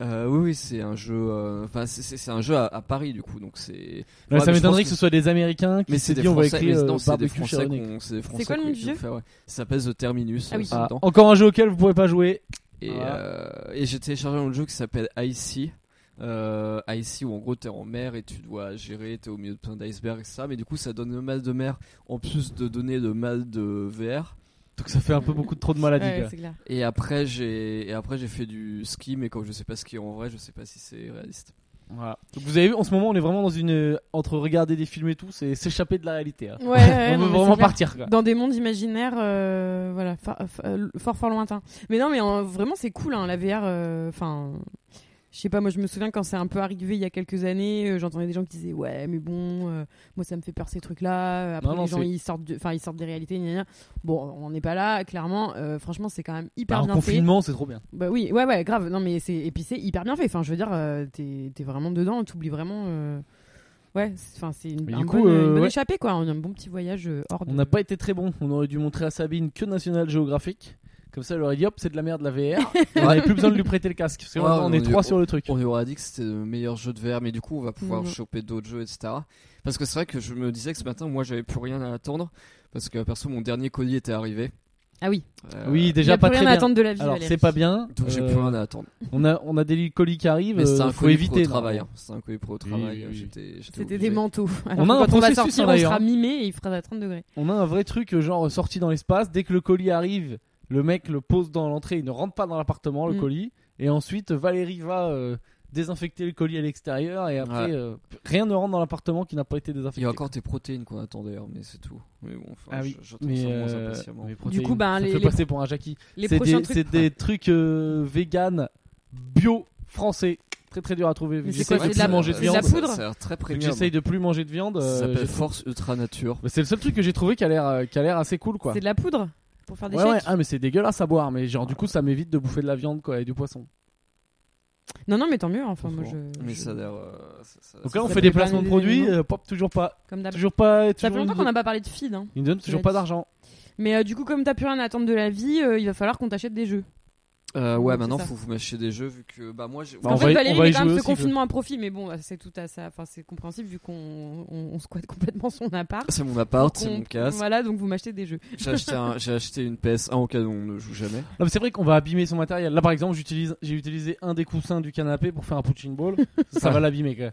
Speaker 2: euh, oui, oui, c'est un jeu. euh, Enfin, c'est- c'est c'est un jeu à, à Paris du coup, donc c'est.
Speaker 3: Ouais,
Speaker 2: Ouais,
Speaker 3: ça
Speaker 2: mais je pense
Speaker 3: m'étonnerait que,
Speaker 2: que-
Speaker 3: ce soit des Américains qui
Speaker 2: Mais c'est
Speaker 3: se
Speaker 2: des
Speaker 3: disent on va
Speaker 2: Français.
Speaker 3: écrire
Speaker 2: mais
Speaker 3: euh,
Speaker 2: non, c'est des
Speaker 3: barbecue
Speaker 2: Français.
Speaker 3: Chardonnay.
Speaker 2: qu'on- C'est des Français.
Speaker 1: quoi le nom
Speaker 2: qu'on-
Speaker 1: du jeu
Speaker 2: fait, ouais. Ça s'appelle The Terminus.
Speaker 1: Ah oui.
Speaker 2: euh, c'est
Speaker 3: Ah,
Speaker 2: dedans.
Speaker 3: encore un jeu auquel vous pouvez pas jouer.
Speaker 2: Et,
Speaker 3: Voilà.
Speaker 2: euh, et j'ai téléchargé un autre jeu qui s'appelle IC. Euh, IC où en gros t'es en mer et tu dois gérer, t'es au milieu de plein d'icebergs et ça, mais du coup ça donne le mal de mer en plus de donner le mal de VR.
Speaker 3: Donc ça fait un peu beaucoup de trop de maladies.
Speaker 1: Ouais,
Speaker 3: quoi.
Speaker 1: c'est clair.
Speaker 2: Et après j'ai et après j'ai fait du ski, mais comme je sais pas skier en vrai, je sais pas si c'est réaliste.
Speaker 3: Voilà. Donc vous avez vu, en ce moment, on est vraiment dans une euh, entre regarder des films et tout, c'est s'échapper de la réalité. hein.
Speaker 1: Ouais, ouais, non,
Speaker 3: on veut
Speaker 1: mais c'est
Speaker 3: vraiment
Speaker 1: clair.
Speaker 3: partir. Quoi.
Speaker 1: Dans des mondes imaginaires, euh, voilà, fa- fa- euh, fort fort lointains. Mais non, mais euh, vraiment, c'est cool, hein, la VR. euh, Enfin, je sais pas, moi je me souviens quand c'est un peu arrivé il y a quelques années, euh, j'entendais des gens qui disaient ouais, mais bon, euh, moi ça me fait peur ces trucs-là. Euh, Après
Speaker 3: Non, non,
Speaker 1: les gens
Speaker 3: c'est-
Speaker 1: ils sortent, de- enfin ils sortent des réalités, gna, gna. bon, on n'est pas là, clairement. euh, franchement, c'est quand même
Speaker 3: Bah,
Speaker 1: hyper
Speaker 3: en
Speaker 1: bien fait.
Speaker 3: confinement, c'est trop bien.
Speaker 1: Bah oui, ouais, ouais, grave. Non, mais c'est et puis c'est hyper bien fait. Enfin, je veux dire, euh, t'es t'es vraiment dedans, t'oublies vraiment. euh, Ouais, c'est- enfin c'est une,
Speaker 3: Mais
Speaker 1: un
Speaker 3: du
Speaker 1: bon-
Speaker 3: coup, euh,
Speaker 1: une bonne
Speaker 3: ouais.
Speaker 1: échappée quoi. On a un bon petit voyage euh, hors.
Speaker 3: On
Speaker 1: de-
Speaker 3: n'a pas été très bon. On aurait dû montrer à Sabine que National Geographic. Comme ça, elle aurait dit hop, c'est de la merde la VR. on n'avait plus besoin de lui prêter le casque. Parce que
Speaker 2: Ouais,
Speaker 3: vraiment, on
Speaker 2: Ah, on
Speaker 3: est
Speaker 2: est-
Speaker 3: trois sur le truc.
Speaker 2: On lui aura dit que c'était le meilleur jeu de VR, mais du coup on va pouvoir
Speaker 1: Mhm.
Speaker 2: choper d'autres jeux, etc. Parce que c'est vrai que je me disais que ce matin, moi j'avais plus rien à attendre, parce que perso mon dernier colis était arrivé.
Speaker 1: Ah oui,
Speaker 2: Euh,
Speaker 3: Oui,
Speaker 1: il y a
Speaker 3: déjà
Speaker 1: plus
Speaker 3: pas
Speaker 1: rien
Speaker 3: très
Speaker 1: à
Speaker 3: bien.
Speaker 1: attendre de la vie.
Speaker 3: Alors
Speaker 1: Valérie.
Speaker 3: c'est pas bien.
Speaker 2: Donc j'ai
Speaker 3: Euh,
Speaker 2: plus rien à attendre.
Speaker 3: On a on a des colis qui arrivent.
Speaker 2: Mais c'est
Speaker 3: euh,
Speaker 2: un
Speaker 3: faut
Speaker 2: colis pro
Speaker 3: éviter. non.
Speaker 2: travail. hein. C'est un colis pro travail.
Speaker 3: oui, oui.
Speaker 2: J'étais- j'étais
Speaker 1: C'était
Speaker 2: obligé.
Speaker 1: des manteaux. Alors
Speaker 3: On a
Speaker 1: que
Speaker 3: un
Speaker 1: quand on va
Speaker 3: processus,
Speaker 1: sortir, on
Speaker 3: hein, d'ailleurs.
Speaker 1: sera mimé et il fera à 30 degrés.
Speaker 3: On a un vrai truc genre sorti dans l'espace. Dès que le colis arrive, le mec le pose dans l'entrée. Il ne rentre pas dans l'appartement le
Speaker 1: Mm.
Speaker 3: colis. Et ensuite Valérie va euh, désinfecter le colis à l'extérieur et après
Speaker 2: Ouais.
Speaker 3: euh, rien ne rentre dans l'appartement qui n'a pas été désinfecté.
Speaker 2: Il y a encore tes protéines qu'on attend d'ailleurs, mais c'est tout. Mais bon, enfin,
Speaker 3: Ah oui.
Speaker 2: je- j'attends
Speaker 3: mais,
Speaker 2: ça moins
Speaker 3: euh,
Speaker 2: impatiemment.
Speaker 3: mais protéines,
Speaker 1: coup, ben,
Speaker 3: ça
Speaker 1: les-
Speaker 3: fait
Speaker 1: les-
Speaker 3: passer pour un Jackie.
Speaker 1: Les
Speaker 3: c'est
Speaker 1: prochains
Speaker 3: des,
Speaker 1: trucs.
Speaker 3: c'est des trucs euh, vegan, bio, français. Très très dur à trouver. vu
Speaker 1: Mais
Speaker 3: que
Speaker 1: c'est
Speaker 3: j'essaye
Speaker 1: quoi,
Speaker 3: de
Speaker 1: c'est
Speaker 3: plus
Speaker 1: de la-
Speaker 3: manger de
Speaker 1: c'est de la
Speaker 3: viande.
Speaker 1: poudre
Speaker 2: Ça a l'air très
Speaker 3: Vu que
Speaker 2: premium.
Speaker 3: J'essaye de plus manger de viande.
Speaker 2: Ça
Speaker 3: euh,
Speaker 2: s'appelle
Speaker 3: j'ai-
Speaker 2: Force Ultra Nature.
Speaker 3: Mais C'est le seul truc que j'ai trouvé qui a l'air euh, qui a l'air assez cool quoi.
Speaker 1: C'est de la poudre pour faire des
Speaker 3: Ouais ouais,
Speaker 1: shakes.
Speaker 3: ah mais c'est dégueulasse à boire mais genre du coup ça m'évite de bouffer de la viande quoi et du poisson.
Speaker 1: Non, non, mais tant mieux. Enfin,
Speaker 3: Faut
Speaker 1: moi,
Speaker 3: voir.
Speaker 1: je.
Speaker 2: Mais
Speaker 1: je-
Speaker 2: ça a l'air. euh, ça- ça-
Speaker 3: Donc
Speaker 2: ça-
Speaker 3: là
Speaker 1: ça
Speaker 3: on fait
Speaker 1: fait
Speaker 3: des
Speaker 1: pas
Speaker 3: placements de
Speaker 1: nous
Speaker 3: produits,
Speaker 1: aimer,
Speaker 3: euh, pop toujours pas
Speaker 1: Comme d'hab.
Speaker 3: toujours pas
Speaker 1: Ça fait
Speaker 3: toujours
Speaker 1: longtemps qu'on
Speaker 3: une-
Speaker 1: n'a pas parlé de feed. hein.
Speaker 3: ils nous donnent toujours
Speaker 1: l'as
Speaker 3: pas
Speaker 1: dit.
Speaker 3: d'argent.
Speaker 1: Mais euh, du coup, comme t'as plus rien à attendre de la vie, euh, il va falloir qu'on t'achète des jeux.
Speaker 2: Euh, ouais,
Speaker 1: c'est
Speaker 2: maintenant
Speaker 1: ça.
Speaker 2: faut vous m'acheter des jeux vu que bah moi j'ai.
Speaker 3: Bah,
Speaker 1: en
Speaker 3: on
Speaker 1: fait,
Speaker 3: va y-
Speaker 1: Valérie
Speaker 3: on va y
Speaker 1: met quand même
Speaker 3: jouer
Speaker 1: ce
Speaker 3: aussi, je-
Speaker 1: confinement à profit, mais bon, c'est tout à ça. Enfin, c'est compréhensible vu qu'on on, on squatte complètement son appart.
Speaker 2: C'est mon appart, c'est
Speaker 1: Qu'on-
Speaker 2: mon casque.
Speaker 1: Voilà, donc vous m'achetez des jeux.
Speaker 2: J'ai acheté, un- j'ai acheté une PS1 au cas où on ne joue jamais.
Speaker 3: Non mais c'est vrai qu'on va abîmer son matériel. Là par exemple, j'utilise j'ai utilisé un des coussins du canapé pour faire un punching ball. ça va l'abîmer quoi.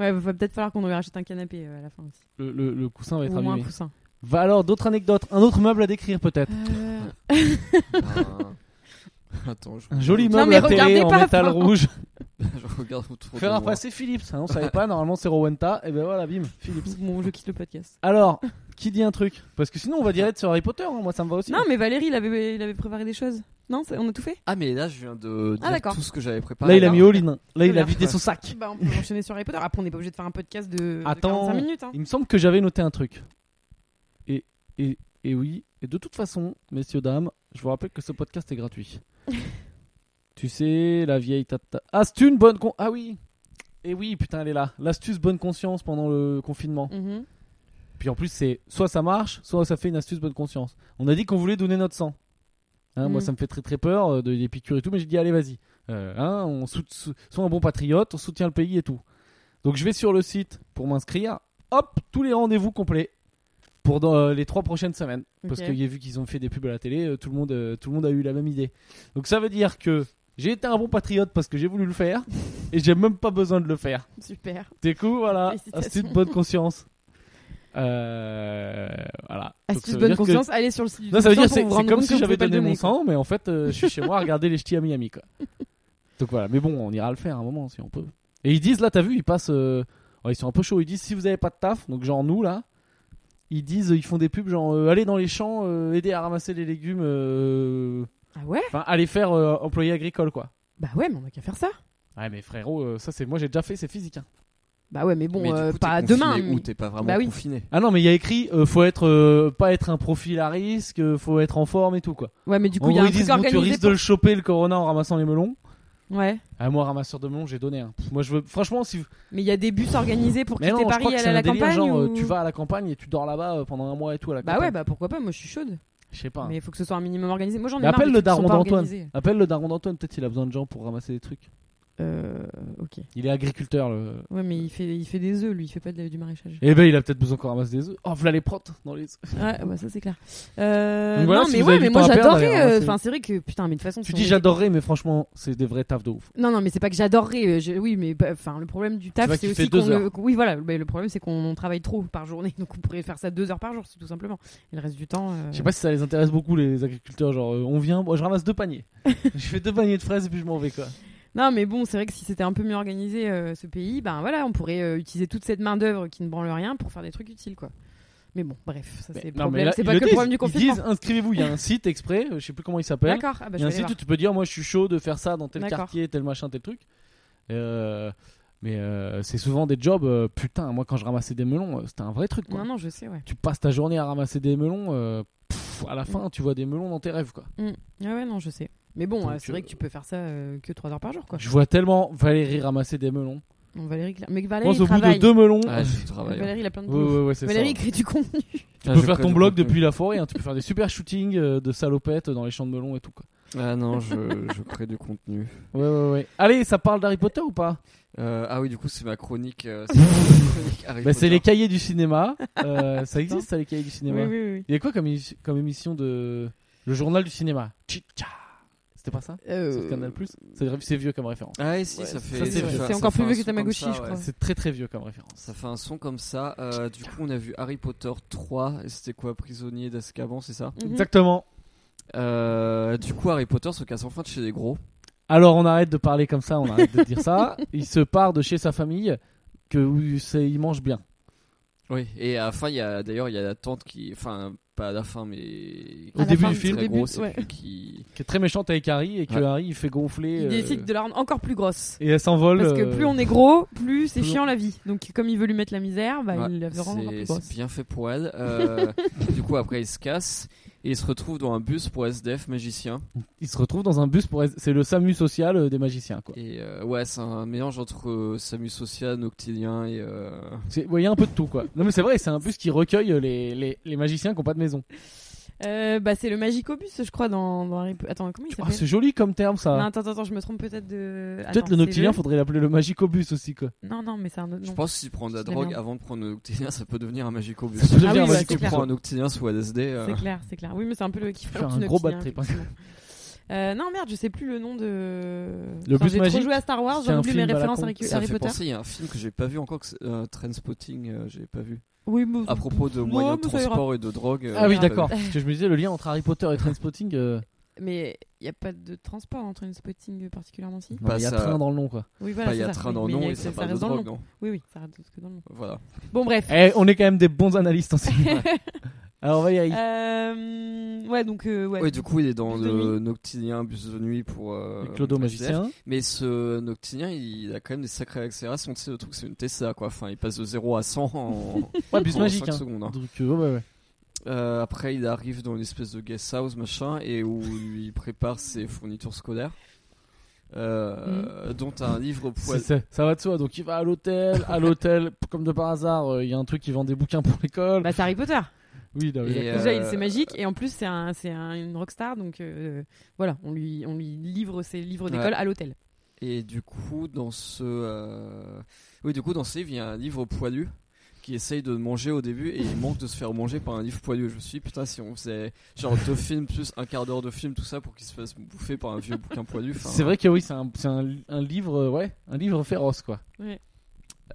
Speaker 1: Ouais, va peut-être falloir qu'on lui rachète un canapé euh, à la fin aussi.
Speaker 3: Le, le- le coussin va être
Speaker 1: Ou au moins un
Speaker 3: abîmé.
Speaker 1: coussin.
Speaker 3: Va alors d'autres anecdotes, un autre meuble à décrire peut-être.
Speaker 1: Euh,
Speaker 2: Un- Euh, Attends, je,
Speaker 3: Un joli
Speaker 1: Non,
Speaker 3: meuble
Speaker 1: mais
Speaker 3: à télé
Speaker 1: regardez
Speaker 3: en
Speaker 1: pas,
Speaker 3: métal
Speaker 1: enfin.
Speaker 3: rouge.
Speaker 2: je regarde autour de
Speaker 3: Faire un
Speaker 2: moi.
Speaker 3: passé Philips, hein, on savait pas normalement c'est Rowenta et ben voilà bim Philips.
Speaker 1: bon, je quitte le podcast.
Speaker 3: Alors, qui dit un truc Parce que sinon, on va direct sur Harry Potter. hein, Moi, ça me va aussi.
Speaker 1: Non, mais Valérie, il avait, il avait préparé des choses. Non, c'est- on a tout fait
Speaker 2: Ah mais là je viens de
Speaker 1: Ah,
Speaker 2: dire
Speaker 1: d'accord.
Speaker 2: tout ce que j'avais préparé.
Speaker 3: Là, il a
Speaker 1: non.
Speaker 3: mis all-in. Là, il a
Speaker 1: Oula.
Speaker 3: vidé son sac.
Speaker 1: Bah, on peut enchaîner sur Harry Potter. Après, on n'est pas obligé de faire un podcast de, de
Speaker 3: Attends.
Speaker 1: 45 minutes. hein.
Speaker 3: Il me semble que j'avais noté un truc. Et, et, et oui, et de toute façon, messieurs, dames, je vous rappelle que ce podcast est gratuit. tu sais, la vieille tata. Astuce une bonne con. Ah oui Et oui, putain, elle est là. L'astuce bonne conscience pendant le confinement.
Speaker 1: Mhm.
Speaker 3: Puis en plus, c'est soit ça marche, soit ça fait une astuce bonne conscience. On a dit qu'on voulait donner notre sang. Hein, Moi,
Speaker 1: Mm.
Speaker 3: ça me fait très très peur euh, de des piqûres et tout, mais j'ai dit allez vas-y. Euh, hein, on sou- sou- soit un bon patriote, on soutient le pays et tout. Donc je vais sur le site pour m'inscrire. Hop, tous les rendez-vous complets pour dans, euh, les trois prochaines semaines. Parce
Speaker 1: Ok.
Speaker 3: que y a vu qu'ils ont fait des pubs à la télé, euh, tout le monde, euh, tout le monde a eu la même idée. Donc ça veut dire que j'ai été un bon patriote parce que j'ai voulu le faire et j'ai même pas besoin de le faire.
Speaker 1: Super.
Speaker 3: Du coup, voilà,
Speaker 1: Félicitations.
Speaker 3: astuce bonne conscience. Euh, voilà. Donc,
Speaker 1: Astuce
Speaker 3: ça veut
Speaker 1: bonne
Speaker 3: dire que-
Speaker 1: conscience, allez sur le site du
Speaker 3: Non, ça veut
Speaker 1: Conscient
Speaker 3: dire
Speaker 1: pour
Speaker 3: c'est
Speaker 1: vous
Speaker 3: c'est
Speaker 1: rendre
Speaker 3: comme
Speaker 1: compte que
Speaker 3: si
Speaker 1: vous pouvez
Speaker 3: j'avais
Speaker 1: pas
Speaker 3: donné
Speaker 1: le
Speaker 3: mon
Speaker 1: donner, quoi.
Speaker 3: sang, mais en fait, euh, je suis chez moi à regarder les ch'tis à Miami, quoi. Donc voilà, mais bon, on ira le faire à un moment si on peut. Et ils disent, là, t'as vu, ils passent. euh, ouais, ils sont un peu chauds, ils disent si vous avez pas de taf, donc genre nous, là, ils disent, ils font des pubs genre euh, allez dans les champs, euh, aider à ramasser les légumes, euh,
Speaker 1: Ah ouais
Speaker 3: enfin, allez faire euh, employé agricole, quoi.
Speaker 1: Bah ouais, mais on a qu'à faire ça.
Speaker 3: Ouais, mais frérot, euh, ça, c'est moi, j'ai déjà fait, c'est physique, hein.
Speaker 1: Bah ouais, mais bon,
Speaker 2: Mais du
Speaker 1: euh,
Speaker 2: coup, t'es
Speaker 1: pas
Speaker 2: confiné
Speaker 1: demain.
Speaker 2: Ou
Speaker 1: mais-
Speaker 2: t'es pas vraiment
Speaker 1: Bah oui.
Speaker 2: confiné.
Speaker 3: Ah non, mais il y a écrit euh, faut être euh, pas être un profil à risque, euh, faut être en forme et tout quoi.
Speaker 1: Ouais, mais du coup,
Speaker 3: en
Speaker 1: il y a
Speaker 3: gros,
Speaker 1: un
Speaker 3: ils disent
Speaker 1: truc
Speaker 3: bon, tu
Speaker 1: organisé.
Speaker 3: risques de le choper le corona en ramassant les melons.
Speaker 1: pour- Ouais,
Speaker 3: Ah moi ramasseur de melons, j'ai donné un. Pff, Moi je veux franchement si vous-
Speaker 1: mais il y a des bus organisés pour
Speaker 3: Mais non,
Speaker 1: quitter
Speaker 3: je
Speaker 1: Paris
Speaker 3: crois
Speaker 1: et
Speaker 3: que
Speaker 1: aller
Speaker 3: c'est
Speaker 1: à
Speaker 3: un
Speaker 1: la
Speaker 3: délire
Speaker 1: campagne.
Speaker 3: genre euh,
Speaker 1: ou-
Speaker 3: tu vas à la campagne et tu dors là-bas euh, pendant un mois et tout à la
Speaker 1: Bah
Speaker 3: campagne.
Speaker 1: ouais, bah pourquoi pas, moi je suis chaude.
Speaker 3: Je sais pas. hein.
Speaker 1: Mais il faut que ce soit un minimum organisé. Moi j'en ai
Speaker 3: Mais
Speaker 1: marre
Speaker 3: appelle
Speaker 1: des
Speaker 3: le
Speaker 1: trucs qui sont
Speaker 3: daron
Speaker 1: pas
Speaker 3: d'Antoine.
Speaker 1: organisés.
Speaker 3: Appelle le daron d'Antoine, peut-être il a besoin de gens pour ramasser des trucs.
Speaker 1: Euh, ok.
Speaker 3: Il est agriculteur le.
Speaker 1: Ouais, mais il fait, il fait des œufs, lui, il fait pas de- du maraîchage.
Speaker 3: Eh ben il a peut-être besoin qu'on ramasse des œufs. Oh voilà les protes dans les. œufs.
Speaker 1: ouais, bah ça c'est clair. Euh,
Speaker 3: Donc voilà,
Speaker 1: non,
Speaker 3: si
Speaker 1: mais
Speaker 3: vous
Speaker 1: ouais,
Speaker 3: avez
Speaker 1: mais
Speaker 3: du
Speaker 1: moi
Speaker 3: temps à perdre, alors,
Speaker 1: j'adorerais. euh,
Speaker 3: c'est-
Speaker 1: Enfin, c'est vrai que putain, mais de toute façon.
Speaker 3: Tu
Speaker 1: si
Speaker 3: dis
Speaker 1: on-
Speaker 3: j'adorerais mais franchement c'est des vrais tafs de ouf.
Speaker 1: Non, non, mais c'est pas que j'adorerais. euh, je- Oui, mais bah, enfin, le problème du taf,
Speaker 3: vas
Speaker 1: c'est
Speaker 3: kiffer
Speaker 1: aussi
Speaker 3: deux
Speaker 1: qu'on.
Speaker 3: heures.
Speaker 1: le- Oui, voilà. Mais le problème, c'est qu'on travaille trop par journée, donc on pourrait faire ça deux heures par jour, c'est tout simplement. Et le reste du temps. euh,
Speaker 3: Je sais pas si ça les intéresse beaucoup les agriculteurs, genre euh, on vient, moi je ramasse deux paniers. je fais deux paniers de fraises et puis je m'en vais quoi.
Speaker 1: Non, mais bon, c'est vrai que si c'était un peu mieux organisé euh, ce pays, ben voilà, on pourrait euh, utiliser toute cette main d'œuvre qui ne branle rien pour faire des trucs utiles, quoi. Mais bon, bref, ça c'est le
Speaker 3: Non, mais
Speaker 1: problème.
Speaker 3: là,
Speaker 1: C'est
Speaker 3: ils
Speaker 1: pas
Speaker 3: le
Speaker 1: que le
Speaker 3: disent.
Speaker 1: problème du
Speaker 3: Ils
Speaker 1: confinement.
Speaker 3: disent inscrivez-vous, il y a un site exprès, euh, je sais plus comment il s'appelle.
Speaker 1: D'accord. Ah bah,
Speaker 3: Il
Speaker 1: je
Speaker 3: y a un
Speaker 1: vais aller
Speaker 3: site où tu peux dire moi je suis chaud de faire ça dans tel
Speaker 1: D'accord.
Speaker 3: quartier, tel machin, tel truc. Euh, mais euh, c'est souvent des jobs, euh, putain, moi quand je ramassais des melons, euh, c'était un vrai truc
Speaker 1: voir.
Speaker 3: quoi.
Speaker 1: Non, non, je sais, ouais.
Speaker 3: Tu passes ta journée à ramasser des melons, euh, pff, à la fin tu vois des melons dans tes rêves quoi.
Speaker 1: Ah Ouais, ouais, non, je sais. Mais bon,
Speaker 3: Donc,
Speaker 1: euh, c'est vrai que tu peux faire ça euh, que trois heures par jour, quoi.
Speaker 3: Je vois tellement Valérie ramasser des melons.
Speaker 1: Bon, Valérie, Cla- mais
Speaker 3: Je
Speaker 1: Valérie
Speaker 3: pense au bout de
Speaker 1: travaille.
Speaker 3: deux melons.
Speaker 2: Ah, je travaille.
Speaker 1: Valérie, il a plein de
Speaker 3: Ouais,
Speaker 1: boulot.
Speaker 3: ouais, ouais, c'est ça.
Speaker 1: Valérie crée du contenu.
Speaker 3: Tu
Speaker 2: Ah,
Speaker 3: peux faire ton blog depuis la forêt, hein. tu peux faire des super shootings euh, de salopettes dans les champs de melons et tout. Quoi.
Speaker 2: Ah non, je, je crée du contenu.
Speaker 3: Ouais, ouais, ouais. Allez, ça parle d'Harry Potter ou pas
Speaker 2: Euh, ah oui, du coup, c'est ma chronique. euh, c'est ma chronique Harry
Speaker 3: bah, C'est
Speaker 2: Potter.
Speaker 3: les cahiers du cinéma. Euh, ça existe, ça, les cahiers du
Speaker 1: Oui,
Speaker 3: cinéma
Speaker 1: oui, oui.
Speaker 3: Il y a quoi comme, émi- comme émission de. Le journal du cinéma. Chicha. C'était pas ça
Speaker 1: Euh,
Speaker 3: Sur Canal Plus C'est vieux comme référence.
Speaker 2: Ah, et si,
Speaker 1: Ouais,
Speaker 2: ça fait.
Speaker 3: ça, c'est
Speaker 2: ça
Speaker 3: vieux.
Speaker 2: fait-
Speaker 1: C'est
Speaker 2: ça
Speaker 1: encore
Speaker 2: fait
Speaker 1: plus
Speaker 2: un
Speaker 1: vieux que
Speaker 2: son comme
Speaker 1: Tamagotchi,
Speaker 2: ça,
Speaker 1: je
Speaker 2: ouais.
Speaker 1: crois.
Speaker 3: C'est très très vieux comme référence.
Speaker 2: Ça fait un son comme ça. Euh, du coup, on a vu Harry Potter 3. et C'était quoi Prisonnier d'Azkaban, c'est ça
Speaker 1: Mhm.
Speaker 3: Exactement.
Speaker 2: Euh, Du coup, Harry Potter se casse enfin de chez les gros.
Speaker 3: Alors on arrête de parler comme ça, on arrête de dire ça. Il se part de chez sa famille, que où il sait- il mange bien.
Speaker 2: Oui. Et à la fin, il y a d'ailleurs, il y a la tante qui. Enfin, pas à la fin, mais.
Speaker 3: Au début
Speaker 1: fin
Speaker 3: du
Speaker 1: du
Speaker 3: film,
Speaker 2: Très
Speaker 1: début,
Speaker 2: grosse, et
Speaker 1: ouais.
Speaker 2: puis qui.
Speaker 3: Qui est très méchante avec Harry et que
Speaker 2: Ouais.
Speaker 3: Harry il fait gonfler.
Speaker 1: Il
Speaker 3: euh,
Speaker 1: décide de la rendre encore plus grosse.
Speaker 3: Et elle s'envole.
Speaker 1: Parce que
Speaker 3: euh,
Speaker 1: plus on est gros, plus c'est
Speaker 3: plus on-
Speaker 1: chiant la vie. Donc comme il veut lui mettre la misère, bah,
Speaker 2: Ouais,
Speaker 1: il la veut rendre encore plus
Speaker 2: c'est-
Speaker 1: grosse.
Speaker 2: c'est bien fait pour elle. Euh, du coup, après, il se casse et il se retrouve dans un bus pour SDF magicien.
Speaker 3: Il se retrouve dans un bus pour. C'est le SAMU social euh, des magiciens quoi.
Speaker 2: Et euh, ouais, c'est un mélange entre euh, Samus Social, Noctilien et. euh,
Speaker 3: C'est- ouais, Il y a un peu de tout quoi. Non mais c'est vrai, c'est un bus qui recueille les, les, les magiciens qui n'ont pas de maison.
Speaker 1: Euh, bah, c'est le magicobus, je crois, dans, dans Harry Potter. Attends, comment il
Speaker 3: Ah,
Speaker 1: s'appelle
Speaker 3: c'est joli comme terme ça.
Speaker 1: Non, attends, attends, attends, je me trompe peut-être de.
Speaker 3: Peut-être
Speaker 1: Attends,
Speaker 3: le
Speaker 1: c'est
Speaker 3: noctilien, faudrait l'appeler le magicobus aussi quoi.
Speaker 1: Non, non, mais c'est un autre
Speaker 2: Je
Speaker 1: nom.
Speaker 2: pense que si tu prends de la
Speaker 1: Je l'ai
Speaker 2: drogue
Speaker 1: bien.
Speaker 2: avant de prendre un Noctilien, ça peut devenir un magicobus.
Speaker 3: Ça peut devenir
Speaker 1: Ah oui,
Speaker 3: un
Speaker 1: ouais,
Speaker 2: si
Speaker 1: c'est
Speaker 2: tu
Speaker 1: clair.
Speaker 3: magicobus.
Speaker 2: prends un Noctilien sous LSD. euh,
Speaker 1: C'est clair, c'est clair. Oui, mais c'est un peu le qui fait
Speaker 3: Faire un gros bad trip, hein.
Speaker 1: Euh, non, merde, je sais plus le nom de.
Speaker 3: Le bus
Speaker 1: J'ai trop
Speaker 3: magique,
Speaker 1: joué à Star Wars,
Speaker 3: c'est
Speaker 1: j'ai
Speaker 3: un
Speaker 1: oublié
Speaker 3: film
Speaker 1: mes
Speaker 3: à la
Speaker 1: références
Speaker 3: con.
Speaker 1: Harry,
Speaker 2: Ça me
Speaker 1: Harry
Speaker 2: fait
Speaker 1: Potter.
Speaker 2: penser, il y a un film que j'ai pas vu encore, que c'est- euh, Trainspotting, euh, j'ai pas vu.
Speaker 1: Oui, mais...
Speaker 2: À propos de
Speaker 1: Ouais,
Speaker 2: moyens de
Speaker 1: mais ça ira.
Speaker 2: transport et de drogue. euh,
Speaker 3: Ah oui
Speaker 2: j'ai pas
Speaker 3: d'accord.
Speaker 2: vu.
Speaker 3: Parce que je me disais le lien entre Harry Potter et Trainspotting. euh,
Speaker 1: Mais il n'y a pas de transport entre une spotting particulièrement si.
Speaker 3: non, mais Il y a
Speaker 2: ça-
Speaker 3: train dans le nom quoi.
Speaker 1: Oui, voilà.
Speaker 2: Bah, il y a
Speaker 1: c'est ça.
Speaker 2: train
Speaker 1: Oui,
Speaker 2: dans
Speaker 1: mais il y
Speaker 2: non
Speaker 1: a-
Speaker 2: et ça parle de
Speaker 1: reste dans le
Speaker 2: drogue,
Speaker 1: nom.
Speaker 2: non
Speaker 1: Oui, oui, ça reste que dans le nom.
Speaker 2: Voilà.
Speaker 1: Bon, bref.
Speaker 3: Eh, on est quand même des bons analystes en cinéma. Alors on va y aller.
Speaker 1: Euh, ouais, donc, euh, ouais.
Speaker 2: Ouais, du coup, il est dans
Speaker 1: Bus de
Speaker 2: le Noctilien, bus de nuit pour. euh,
Speaker 3: Clodo
Speaker 2: SDF.
Speaker 3: magicien.
Speaker 2: Mais ce Noctilien, il a quand même des sacrées accélérations. Tu sais, le truc, c'est une Tesla quoi. Enfin, il passe de 0 à 100 en.
Speaker 3: Ouais, bus
Speaker 2: en
Speaker 3: magique.
Speaker 2: cinq
Speaker 3: hein.
Speaker 2: secondes, hein.
Speaker 3: Donc, euh, ouais, ouais, ouais.
Speaker 2: Euh, après, il arrive dans une espèce de guest house, machin, et où il prépare ses fournitures scolaires, euh,
Speaker 1: Mm.
Speaker 2: dont un livre
Speaker 3: C'est-
Speaker 2: poil.
Speaker 3: c'est- Ça va de soi. Donc il va à l'hôtel, à l'hôtel, p- comme de par hasard, euh, il y a un truc qui vend des bouquins pour l'école.
Speaker 1: Bah, c'est Harry Potter.
Speaker 3: oui, non, mais
Speaker 2: Et,
Speaker 3: d'accord.
Speaker 2: euh,
Speaker 1: Déjà, il- c'est magique. Et en plus, c'est un, c'est un- une rockstar. Donc, euh, voilà, on lui, on lui livre ses livres d'école
Speaker 2: Ouais.
Speaker 1: à l'hôtel.
Speaker 2: euh, Et du coup, dans ce, euh, oui, du coup, dans ce livre, il y a un livre poilu qui essaye de manger au début et il manque de se faire manger par un livre poilu. Je me suis dit, putain, si on faisait genre deux films plus un quart d'heure de film, tout ça, pour qu'il se fasse bouffer par un vieux bouquin poilu. enfin,
Speaker 3: C'est vrai que oui, c'est un, c'est un, un livre, euh, ouais, un livre féroce quoi.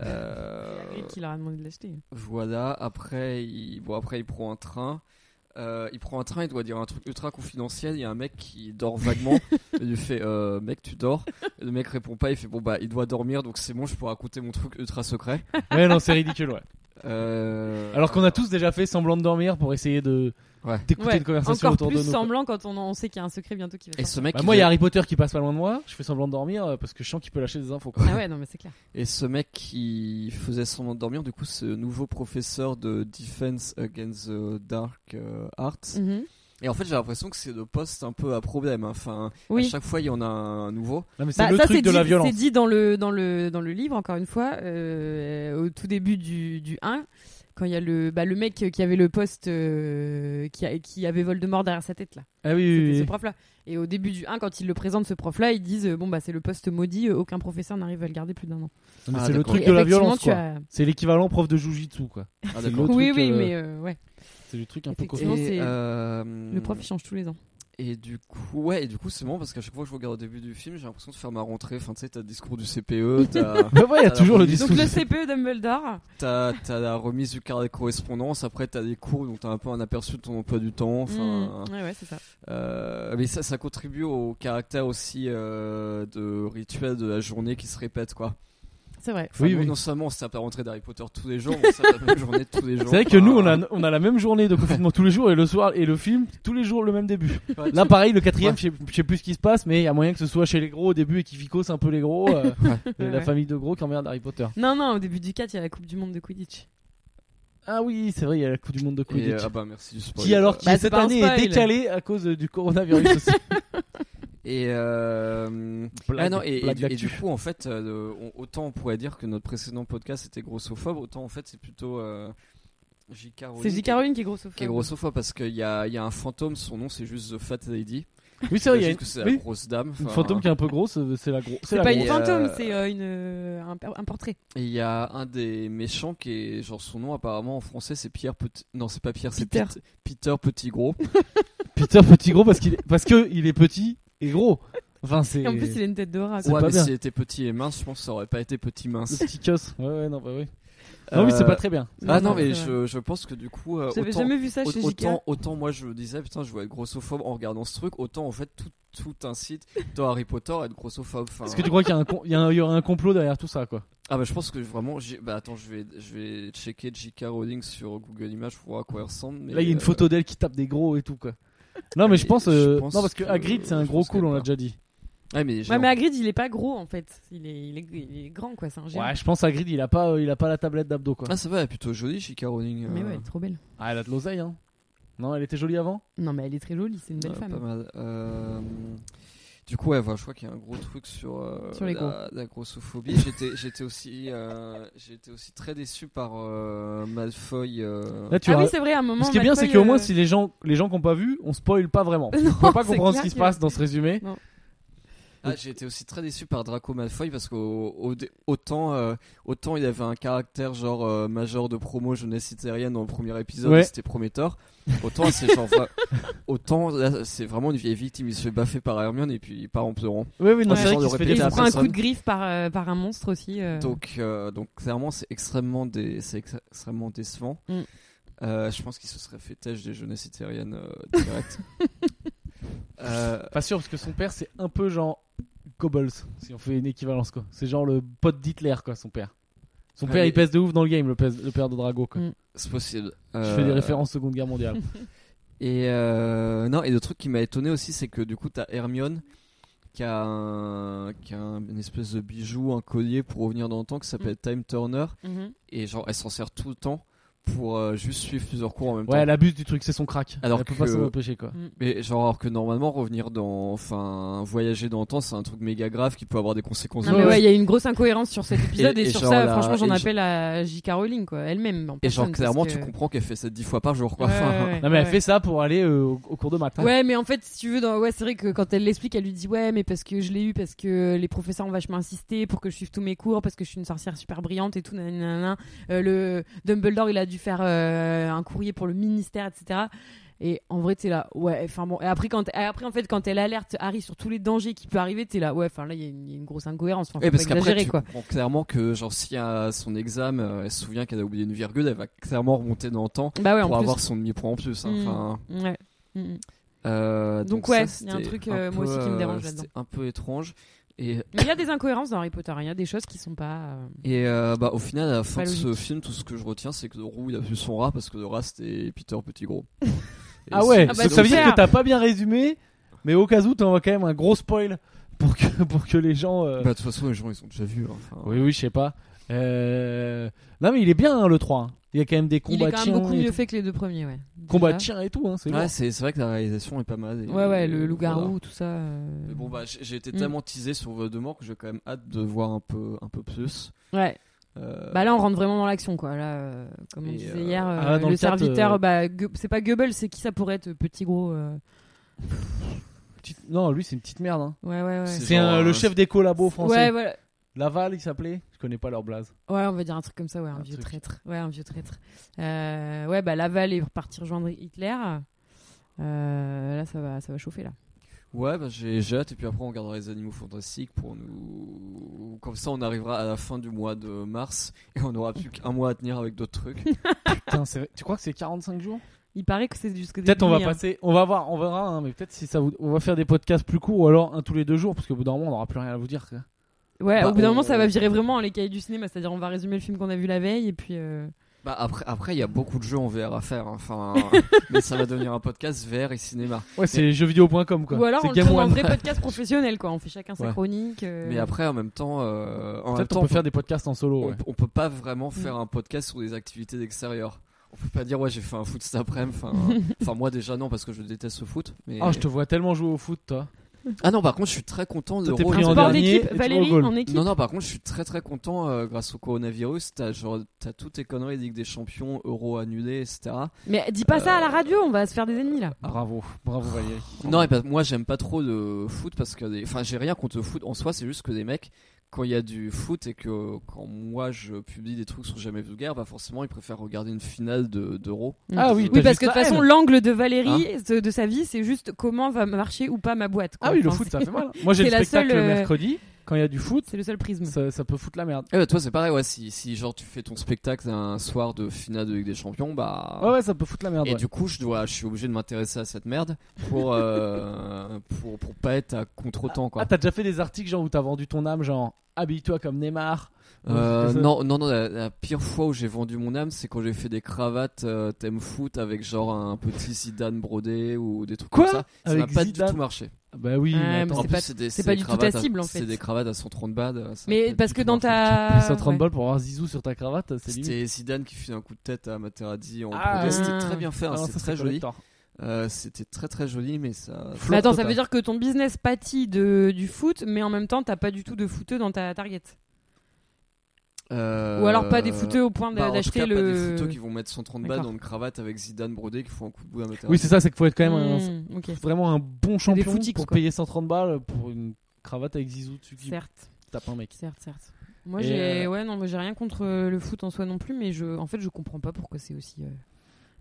Speaker 2: euh,
Speaker 1: Et qui leur a demandé de l'acheter.
Speaker 2: Voilà, après il, bon, après, il prend un train. Euh, il prend un train, il doit dire un truc ultra confidentiel. Il y a un mec qui dort vaguement. il lui fait euh, Mec, tu dors Et Le mec répond pas. Il fait Bon, bah, il doit dormir, donc c'est bon, je peux raconter mon truc ultra secret.
Speaker 3: Ouais, non, c'est ridicule, ouais.
Speaker 2: Euh,
Speaker 3: Alors qu'on a tous déjà fait semblant de dormir pour essayer de
Speaker 2: Ouais.
Speaker 3: d'écouter
Speaker 1: Ouais,
Speaker 3: une conversation
Speaker 1: Encore
Speaker 3: autour de
Speaker 1: plus
Speaker 3: nous. quoi.
Speaker 1: semblant quand on, on sait qu'il y a un secret bientôt qui va
Speaker 2: Et
Speaker 1: sortir.
Speaker 2: ce mec,
Speaker 3: Bah,
Speaker 2: il
Speaker 3: moi, il y a
Speaker 2: a-
Speaker 3: Harry Potter qui passe pas loin de moi. Je fais semblant de dormir euh, parce que je sens qu'il peut lâcher des infos. Quoi.
Speaker 1: Ah ouais, non, mais c'est clair.
Speaker 2: et ce mec qui faisait semblant de dormir, du coup, ce nouveau professeur de Defense Against the Dark euh,
Speaker 3: Mm.
Speaker 2: Arts.
Speaker 1: Mhm.
Speaker 2: Et en fait, j'ai l'impression que c'est le poste un peu à problème. hein. Enfin, à
Speaker 1: Oui.
Speaker 2: chaque fois, il y en a un nouveau.
Speaker 3: Non, mais c'est
Speaker 1: Bah,
Speaker 3: le
Speaker 1: ça,
Speaker 3: truc
Speaker 1: c'est
Speaker 3: de
Speaker 1: dit,
Speaker 3: la
Speaker 1: c'est
Speaker 3: violence.
Speaker 1: dit dans le, dans, le, dans le livre, encore une fois, euh, au tout début du, du 1, quand il y a le, bah, le mec qui avait le poste, euh, qui, a- qui avait Voldemort derrière sa tête, là.
Speaker 3: Ah oui, oui,
Speaker 1: C'était
Speaker 3: oui,
Speaker 1: ce
Speaker 3: oui.
Speaker 1: prof-là. Et au début du 1, quand ils le présentent, ce prof-là, ils disent euh, Bon, bah, c'est le poste maudit, euh, aucun professeur n'arrive à le garder plus d'un an.
Speaker 3: Non, mais
Speaker 2: Ah,
Speaker 3: c'est le
Speaker 2: d'accord.
Speaker 3: truc
Speaker 1: Et
Speaker 3: de la
Speaker 1: effectivement,
Speaker 3: violence.
Speaker 1: tu
Speaker 3: quoi.
Speaker 1: as-
Speaker 3: C'est l'équivalent prof de jujitsu quoi.
Speaker 2: Ah,
Speaker 3: C'est
Speaker 2: d'accord.
Speaker 3: le
Speaker 1: Oui,
Speaker 3: truc,
Speaker 1: oui,
Speaker 3: euh,
Speaker 1: mais euh, ouais.
Speaker 3: C'est le truc un peu
Speaker 1: Effectivement.
Speaker 3: costaud.
Speaker 1: Sinon, c'est-
Speaker 2: euh,
Speaker 3: hmm.
Speaker 1: Le prof, il change tous les ans.
Speaker 2: Et du coup, ouais, et du coup, c'est bon parce qu'à chaque fois que je regarde au début du film, j'ai l'impression de faire ma rentrée. Enfin, tu sais, t'as le discours du CPE, t'as-
Speaker 3: Bah ouais, il y a
Speaker 2: Alors,
Speaker 3: toujours le
Speaker 2: donc,
Speaker 3: discours.
Speaker 1: Donc, le CPE Dumbledore.
Speaker 2: t'as t'as la remise du carnet de correspondance. Après, t'as des cours dont t'as un peu un aperçu de ton emploi du temps. Enfin,
Speaker 1: Mm. Ouais, ouais, c'est ça.
Speaker 2: euh, mais ça, ça contribue au caractère aussi euh, de rituel de la journée qui se répète, quoi.
Speaker 1: C'est vrai.
Speaker 2: Enfin,
Speaker 3: Oui,
Speaker 2: non,
Speaker 3: oui.
Speaker 2: non seulement on se tape la rentrée d'Harry Potter tous les jours, on se tape la même journée tous les jours.
Speaker 3: C'est vrai que
Speaker 2: Enfin,
Speaker 3: nous, on a, on a la même journée de confinement tous les jours et le soir et le film tous les jours le même début.
Speaker 2: ouais,
Speaker 3: Là, pareil, le quatrième,
Speaker 2: Ouais.
Speaker 3: je sais- je sais plus ce qui se passe, mais il y a moyen que ce soit chez les gros au début et qui ficose un peu les gros. euh,
Speaker 1: Ouais,
Speaker 3: La
Speaker 1: ouais.
Speaker 3: famille de gros qui emmerde Harry Potter.
Speaker 1: Non, non, au début du 4, il y a la Coupe du Monde de Quidditch.
Speaker 3: Ah oui, c'est vrai, il y a la Coupe du Monde de
Speaker 2: et,
Speaker 3: Quidditch.
Speaker 2: ah bah, merci du spoil.
Speaker 3: qui, alors, qui
Speaker 1: euh, Bah, c'est
Speaker 3: cette
Speaker 1: pas un
Speaker 3: année est
Speaker 1: spoil. Ah
Speaker 3: décalée à cause du coronavirus aussi.
Speaker 2: Et euh,
Speaker 3: Blague-
Speaker 2: ah non, et, et
Speaker 3: blague
Speaker 2: du, et
Speaker 3: d'actu.
Speaker 2: du coup, en fait, euh, le- on- autant on pourrait dire que notre précédent podcast était grossophobe, autant en fait, c'est plutôt euh, J. Caroline.
Speaker 1: C'est J. Caroline qui est grossophobe.
Speaker 2: Qui est grossophobe parce qu'il y a, il y a un fantôme, son nom c'est juste The Fat Lady.
Speaker 3: Oui,
Speaker 1: bah,
Speaker 3: c'est vrai, il y a
Speaker 2: J'imagine
Speaker 3: une,
Speaker 2: que c'est
Speaker 3: oui,
Speaker 2: la grosse dame.
Speaker 3: une
Speaker 2: enfin,
Speaker 3: fantôme qui est un peu grosse, euh, c'est la, gro- c'est
Speaker 1: C'est
Speaker 3: la
Speaker 1: pas
Speaker 2: Et,
Speaker 1: une
Speaker 3: grosse.
Speaker 2: euh,
Speaker 1: fantôme, c'est euh, une, euh, un, per- un portrait.
Speaker 2: Et il y a un des méchants qui est, genre son nom apparemment en français c'est Pierre Petit. Non, c'est pas Pierre, c'est
Speaker 1: Peter.
Speaker 3: Ah,
Speaker 2: Pete- Peter Petit Gros.
Speaker 3: Peter petit gros parce qu'il est... parce que il est petit et gros. Enfin c'est
Speaker 1: Et en plus, il a une tête de rat.
Speaker 3: C'est
Speaker 1: quoi.
Speaker 2: Ouais,
Speaker 3: pas
Speaker 2: mais
Speaker 3: bien.
Speaker 2: si était petit et mince, je pense que ça aurait pas été petit
Speaker 3: le
Speaker 2: mince.
Speaker 3: petit kiosque. Ouais ouais non bah oui. Euh, Non oui c'est pas très bien.
Speaker 2: Ah non,
Speaker 1: Non,
Speaker 2: mais
Speaker 1: c'est
Speaker 2: je, je pense que du coup, euh,
Speaker 1: J'avais
Speaker 2: autant,
Speaker 1: jamais vu ça
Speaker 2: au-
Speaker 1: chez JK.
Speaker 2: autant, autant moi je me disais putain, je vais être grossophobe en regardant ce truc, autant en fait tout, tout incite dans Harry Potter à être grossophobe. Enfin,
Speaker 3: Est-ce que tu crois qu'il y a un con- il y, a un- il y aura un complot derrière tout ça quoi
Speaker 2: Ah bah je pense que vraiment, j'ai- bah attends, je vais, je vais checker J.K. Rowling sur Google Images pour voir à quoi elle ressemble. mais,
Speaker 3: Là il y a une
Speaker 2: euh,
Speaker 3: photo d'elle qui tape des gros et tout quoi. Non mais je
Speaker 2: Mais
Speaker 3: pense,
Speaker 2: je
Speaker 3: euh,
Speaker 2: pense
Speaker 3: non parce que
Speaker 2: que-
Speaker 3: Hagrid c'est un
Speaker 2: je
Speaker 3: gros
Speaker 2: pense
Speaker 3: cool
Speaker 2: qu'elle
Speaker 3: on l'a
Speaker 2: part.
Speaker 3: déjà dit.
Speaker 2: Ouais, mais j'ai
Speaker 1: Ouais, mais Hagrid, il est pas gros en fait. Il est, il est, il est grand quoi, c'est un géant.
Speaker 3: Ouais je pense Hagrid il a pas euh, il a pas la tablette d'abdos quoi.
Speaker 2: Ah ça va, elle est plutôt jolie J.K. Rowling.
Speaker 1: mais
Speaker 2: euh,
Speaker 1: ouais, elle est trop belle.
Speaker 3: Ah elle a de l'oseille hein. Non elle était jolie avant.
Speaker 1: Non, mais elle est très jolie, c'est une belle
Speaker 2: ouais, Pas
Speaker 1: femme.
Speaker 2: mal. Euh, Du coup, ouais, voilà, je crois qu'il y a un gros truc sur, euh,
Speaker 1: Sur les
Speaker 2: la,
Speaker 1: gros.
Speaker 2: la grossophobie. J'étais, j'étais aussi, euh, j'étais aussi très déçu par euh, Malfoy. euh,
Speaker 3: Là tu
Speaker 1: ah
Speaker 3: as-
Speaker 1: oui, c'est vrai, à un moment.
Speaker 3: Ce qui est bien, c'est
Speaker 1: Malfoy,
Speaker 3: qu'au moins,
Speaker 1: euh,
Speaker 3: si les gens, les gens qui n'ont pas vu, on spoil pas vraiment.
Speaker 1: Non,
Speaker 3: On peut pas
Speaker 1: c'est
Speaker 3: comprendre ce
Speaker 1: clair
Speaker 3: qui se
Speaker 1: que-
Speaker 3: passe dans ce résumé.
Speaker 2: Ah, j'ai été aussi très déçu par Draco Malfoy parce qu'autant autant il avait un caractère genre euh, major de promo jeunesse italienne dans le premier épisode,
Speaker 3: Ouais.
Speaker 2: et c'était prometteur. Autant c'est genre vra- autant là c'est vraiment une vieille victime, il se fait baffer par Hermione et puis il part en pleurant.
Speaker 3: Oui, oui, non,
Speaker 1: Ouais.
Speaker 3: c'est vrai
Speaker 2: Genre
Speaker 3: qu'il
Speaker 2: de
Speaker 3: se fait
Speaker 1: Et
Speaker 2: répéter
Speaker 1: il
Speaker 3: des
Speaker 2: à
Speaker 1: se
Speaker 2: la
Speaker 1: prend un coup
Speaker 2: personne.
Speaker 1: de griffe par, euh, par un monstre aussi. euh.
Speaker 2: Donc euh, donc clairement c'est extrêmement dé- c'est ex- extrêmement décevant.
Speaker 1: Mm.
Speaker 2: Euh, je pense qu'il se serait fait têche des jeunesses italiennes euh, direct. Euh,
Speaker 3: Pas sûr, parce que son père, c'est un peu genre Goebbels, si on fait une équivalence, quoi. C'est genre le pote d'Hitler, quoi, son père. Son
Speaker 2: Ah,
Speaker 3: père,
Speaker 2: mais-
Speaker 3: il pèse de ouf dans le game, le, pèse- le père de Drago, quoi.
Speaker 1: Mm.
Speaker 2: c'est possible.
Speaker 3: Je fais des
Speaker 2: Euh,
Speaker 3: références Seconde Guerre mondiale.
Speaker 2: Et euh, non, et le truc qui m'a étonné aussi, c'est que du coup, t'as Hermione qui a, un, qui a un- une espèce de bijou, un collier pour revenir dans le temps qui s'appelle
Speaker 1: Mm.
Speaker 2: Time Turner.
Speaker 1: Mhm.
Speaker 2: Et genre, elle s'en sert tout le temps pour euh, juste suivre plusieurs cours en même
Speaker 3: ouais, elle
Speaker 2: temps.
Speaker 3: abuse du truc, c'est son crack.
Speaker 2: Alors
Speaker 3: elle peut
Speaker 2: que-
Speaker 3: pas s'en empêcher, quoi.
Speaker 2: Mais genre, alors que normalement, revenir dans. Enfin, voyager dans le temps, c'est un truc méga grave qui peut avoir des conséquences.
Speaker 1: Non, mais
Speaker 3: Ouais.
Speaker 1: ouais, il y a une grosse incohérence sur cet épisode et,
Speaker 2: et
Speaker 1: sur
Speaker 2: genre
Speaker 1: ça,
Speaker 2: la-
Speaker 1: franchement, j'en
Speaker 2: et
Speaker 1: appelle à J.K. Rowling, quoi, elle-même. en
Speaker 2: Et
Speaker 1: personne,
Speaker 2: genre,
Speaker 1: parce
Speaker 2: clairement,
Speaker 1: que-
Speaker 2: tu comprends qu'elle fait ça dix fois par jour, quoi.
Speaker 1: Ouais,
Speaker 2: Enfin,
Speaker 1: ouais, ouais,
Speaker 3: Non, mais elle
Speaker 1: ouais.
Speaker 3: fait ça pour aller euh, au, au cours de maths.
Speaker 1: Ouais, mais en fait, si tu veux, dans... ouais, c'est vrai que quand elle l'explique, elle lui dit ouais, mais parce que je l'ai eu, parce que euh, les professeurs ont vachement insisté pour que je suive tous mes cours, parce que je suis une sorcière super brillante et tout, nanana. Euh, le Dumbledore, il a dû faire euh, un courrier pour le ministère, etc. Et en vrai, t'es là, ouais. Enfin bon, et après quand, et après en fait, quand elle alerte Harry sur tous les dangers qui peuvent arriver, t'es là, ouais. Enfin là, il y, a une- il y a une grosse incohérence. Enfin,
Speaker 2: Ouais,
Speaker 1: faut
Speaker 2: parce
Speaker 1: pas
Speaker 2: qu'après,
Speaker 1: exagérer,
Speaker 2: tu
Speaker 1: quoi.
Speaker 2: comprends clairement que, genre, si à son examen, euh, elle se souvient qu'elle a oublié une virgule, elle va clairement remonter dans le temps
Speaker 1: Bah ouais,
Speaker 2: pour
Speaker 1: en plus.
Speaker 2: avoir son demi-point en plus. hein.
Speaker 1: Mm.
Speaker 2: Enfin,
Speaker 1: Ouais. Mm, mm.
Speaker 2: Euh,
Speaker 1: Donc
Speaker 2: ça,
Speaker 1: ouais, il y a un
Speaker 2: c'était
Speaker 1: truc, euh, moi
Speaker 2: peu,
Speaker 1: aussi, qui me dérange
Speaker 2: euh,
Speaker 1: là-dedans.
Speaker 2: c'était Un peu étrange. Et,
Speaker 1: Mais il y a des incohérences dans Harry Potter. hein. Il y a des choses qui sont pas. euh,
Speaker 2: et euh, bah, au final, à la fin
Speaker 1: Pas
Speaker 2: de ce
Speaker 1: logique.
Speaker 2: film, tout ce que je retiens, c'est que le roux, il a vu son rat parce que le rat, c'était Peter Petit Gros. Et
Speaker 3: Ah
Speaker 2: c'est-
Speaker 3: ouais,
Speaker 1: Ah bah,
Speaker 3: donc ça veut dire
Speaker 1: super.
Speaker 3: que t'as pas bien résumé, mais au cas où, t'envoies quand même un gros spoil pour que, pour que les gens. euh,
Speaker 2: Bah, de toute façon, les gens, ils ont déjà vu. hein. Enfin,
Speaker 3: Oui, oui, je sais pas. Euh, Non, mais il est bien hein, le 3. hein. Il y a quand même des
Speaker 1: Il
Speaker 3: combats
Speaker 1: est quand même beaucoup
Speaker 3: et
Speaker 1: mieux
Speaker 3: tout.
Speaker 1: fait que les deux premiers, ouais.
Speaker 3: Combats
Speaker 1: Déjà.
Speaker 3: chiens et tout, hein, c'est
Speaker 2: Ouais,
Speaker 3: lourd.
Speaker 2: c'est c'est vrai que la réalisation est pas mal. et-
Speaker 1: Ouais, ouais,
Speaker 2: et
Speaker 1: le loup-garou,
Speaker 2: voilà.
Speaker 1: tout ça. euh,
Speaker 2: Mais bon, bah, j'ai j'ai été
Speaker 1: Mm.
Speaker 2: tellement teasé sur vos demandes que j'ai quand même hâte de voir un peu, un peu plus.
Speaker 1: Ouais.
Speaker 2: Euh,
Speaker 1: Bah là, on rentre vraiment dans l'action, quoi. Là, euh, comme on
Speaker 2: Et,
Speaker 1: disait
Speaker 2: euh,
Speaker 1: hier, euh,
Speaker 3: ah, là, dans
Speaker 1: le,
Speaker 3: le chat,
Speaker 1: serviteur,
Speaker 3: euh,
Speaker 1: bah, Gue- c'est pas Goebbels, c'est qui ça pourrait être Petit gros. euh,
Speaker 3: Petite- Non, lui, c'est une petite merde. hein.
Speaker 1: Ouais, ouais, ouais.
Speaker 2: C'est
Speaker 3: C'est
Speaker 2: genre,
Speaker 3: un-
Speaker 2: euh,
Speaker 3: le chef des collabos
Speaker 1: Ouais,
Speaker 3: français.
Speaker 1: voilà.
Speaker 3: Laval, il s'appelait. Je connais pas leur blaze.
Speaker 1: Ouais, on va dire un truc comme ça, ouais, un,
Speaker 3: Un
Speaker 1: vieux
Speaker 3: truc.
Speaker 1: traître. Ouais, un vieux traître. Euh, ouais, bah Laval est reparti rejoindre Hitler. Euh, là, ça va, ça va chauffer, là.
Speaker 2: Ouais, bah, j'ai j'ai hâte, et puis après on regardera les animaux fantastiques pour nous. Comme ça, on arrivera à la fin du mois de mars et on aura plus qu'un mois à tenir avec d'autres trucs.
Speaker 3: Putain, c'est vrai. Tu crois que c'est 45 jours
Speaker 1: Il paraît que c'est jusqu'au
Speaker 3: Peut-être on va
Speaker 1: début, hein.
Speaker 3: passer. On va voir, on verra. hein, mais peut-être si ça vous... On va faire des podcasts plus courts ou alors un tous les deux jours. Parce qu'au bout d'un moment, on aura plus rien à vous dire. quoi.
Speaker 1: hein. Ouais,
Speaker 2: Bah,
Speaker 1: au bout d'un
Speaker 2: on-
Speaker 1: moment, ça va virer vraiment en les cahiers du cinéma. C'est-à-dire, on va résumer le film qu'on a vu la veille, et puis. euh,
Speaker 2: Bah, après, après, il y a beaucoup de jeux en VR à faire, hein. enfin. mais ça va devenir un podcast VR et cinéma.
Speaker 3: Ouais, c'est jeuxvideo.com quoi.
Speaker 1: Ou alors,
Speaker 3: c'est
Speaker 1: on le
Speaker 3: Game
Speaker 1: tourne en
Speaker 3: One.
Speaker 1: vrai podcast professionnel, quoi. On fait chacun sa
Speaker 2: Ouais.
Speaker 1: chronique. euh,
Speaker 2: Mais après, en même temps, euh, en même
Speaker 3: Peut-être
Speaker 2: temps,
Speaker 3: on peut faire des podcasts en solo.
Speaker 2: on-
Speaker 3: ouais.
Speaker 2: on peut pas vraiment faire un podcast sur des activités d'extérieur. On peut pas dire, ouais, j'ai fait un foot cet après-midi. Enfin, enfin, moi déjà, non, parce que je déteste le foot. Mais...
Speaker 3: Ah, je te vois tellement jouer au foot, toi.
Speaker 2: Ah non, par contre, je suis très content de
Speaker 3: Toi, t'es
Speaker 2: rôle
Speaker 3: pris
Speaker 1: En
Speaker 3: en
Speaker 1: sport
Speaker 3: dernier, et
Speaker 1: d'équipe,
Speaker 3: tu
Speaker 1: Valérie,
Speaker 3: vas au goal.
Speaker 1: en équipe.
Speaker 2: Non, non, par contre, je suis très très content euh, grâce au coronavirus. T'as genre, t'as toutes les conneries, Ligue des Champions, Euro annulé, etc.
Speaker 1: Mais dis pas ça à la radio, on va se faire des ennemis là.
Speaker 2: Ah.
Speaker 3: Bravo, bravo Valérie.
Speaker 2: Non, et bah, moi j'aime pas trop le foot parce que, des- enfin, j'ai rien contre le foot en soi, c'est juste que des mecs quand il y a du foot et que quand moi je publie des trucs sur Jamais Vulgaire, bah forcément ils préfèrent regarder une finale de- d'Euro.
Speaker 3: Ah
Speaker 1: Mm.
Speaker 3: oui,
Speaker 1: Oui,
Speaker 3: t'as
Speaker 1: parce
Speaker 3: juste
Speaker 1: que de toute
Speaker 3: la
Speaker 1: façon,
Speaker 3: haine.
Speaker 1: l'angle de Valérie, de, de sa vie, c'est juste comment va marcher ou pas ma boîte. quoi.
Speaker 3: Ah oui, le
Speaker 1: Enfin,
Speaker 3: foot, ça
Speaker 1: c'est-
Speaker 3: fait mal. Moi, j'ai
Speaker 1: c'est
Speaker 3: le
Speaker 1: la
Speaker 3: spectacle
Speaker 1: seule,
Speaker 3: le
Speaker 1: euh,
Speaker 3: mercredi. Quand il y a du foot,
Speaker 1: C'est le seul prisme.
Speaker 3: ça, ça peut foutre la merde.
Speaker 2: Et bah, toi c'est pareil, ouais, si, si genre tu fais ton spectacle un soir de finale de Ligue des Champions, bah...
Speaker 3: Ouais, ah, ouais, ça peut foutre la merde.
Speaker 2: Et
Speaker 3: ouais.
Speaker 2: du coup, je dois, je suis obligé de m'intéresser à cette merde pour euh, pour pour pas être à contre-temps quoi.
Speaker 3: Ah, t'as déjà fait des articles genre où t'as vendu ton âme, genre habille-toi comme Neymar.
Speaker 2: Euh,
Speaker 3: Ouais, c'est ça.
Speaker 2: non, non, non, la, la pire fois où j'ai vendu mon âme, c'est quand j'ai fait des cravates euh, thème foot avec genre un petit Zidane brodé ou des trucs
Speaker 3: Quoi
Speaker 2: comme ça. Ça
Speaker 3: Avec
Speaker 2: n'a pas
Speaker 3: Zidane
Speaker 2: du tout marché.
Speaker 3: Bah oui,
Speaker 1: Ouais,
Speaker 3: mais
Speaker 1: mais
Speaker 3: attends.
Speaker 2: En
Speaker 1: c'est
Speaker 2: plus,
Speaker 1: pas-
Speaker 2: c'est des,
Speaker 1: c'est
Speaker 2: c'est
Speaker 1: pas
Speaker 2: des
Speaker 1: du tout
Speaker 2: cravates
Speaker 1: ta
Speaker 2: à-
Speaker 1: cible, en fait.
Speaker 2: C'est des cravates à 130 balles. ça n'a
Speaker 1: Mais
Speaker 2: pas
Speaker 1: parce
Speaker 2: du
Speaker 1: que
Speaker 2: tout
Speaker 1: dans
Speaker 2: marché.
Speaker 1: ta.
Speaker 3: Plus 130
Speaker 1: ouais.
Speaker 3: balles pour avoir Zizou sur ta cravate, c'est limite.
Speaker 2: C'était Zidane qui fait un coup de tête à Materazzi en
Speaker 3: Ah,
Speaker 2: brodé.
Speaker 1: ah.
Speaker 2: C'était très bien fait, hein,
Speaker 3: Ah non,
Speaker 2: c'est
Speaker 3: ça,
Speaker 2: très
Speaker 3: c'est
Speaker 2: joli.
Speaker 3: collector.
Speaker 2: Euh, C'était très très joli, mais ça.
Speaker 3: Flo-
Speaker 1: Mais attends, ça
Speaker 3: Total.
Speaker 1: veut dire que ton business pâtit de, du foot, mais en même temps, t'as pas du tout de footeux dans ta target.
Speaker 2: Euh,
Speaker 1: Ou alors
Speaker 3: Euh,
Speaker 1: pas des footeux au point de-
Speaker 2: bah, en tout
Speaker 1: d'acheter
Speaker 2: cas, pas
Speaker 1: le.
Speaker 2: des photos qui vont mettre 130 balles
Speaker 1: D'accord.
Speaker 2: dans une cravate avec Zidane brodé qui font un coup de bout à Materazzi.
Speaker 3: Oui, c'est ça, c'est qu'il faut être quand même un-
Speaker 1: Hmm, ok,
Speaker 3: vraiment un bon champion
Speaker 1: footix,
Speaker 3: pour
Speaker 1: quoi.
Speaker 3: payer 130 balles pour une cravate avec Zizou dessus qui
Speaker 1: certes,
Speaker 3: tape un mec.
Speaker 1: certes, certes. Moi,
Speaker 3: Et,
Speaker 1: j'ai
Speaker 3: euh,
Speaker 1: ouais, non, moi, j'ai rien contre euh, le foot en soi non plus, mais je, en fait, je comprends pas pourquoi c'est aussi. euh,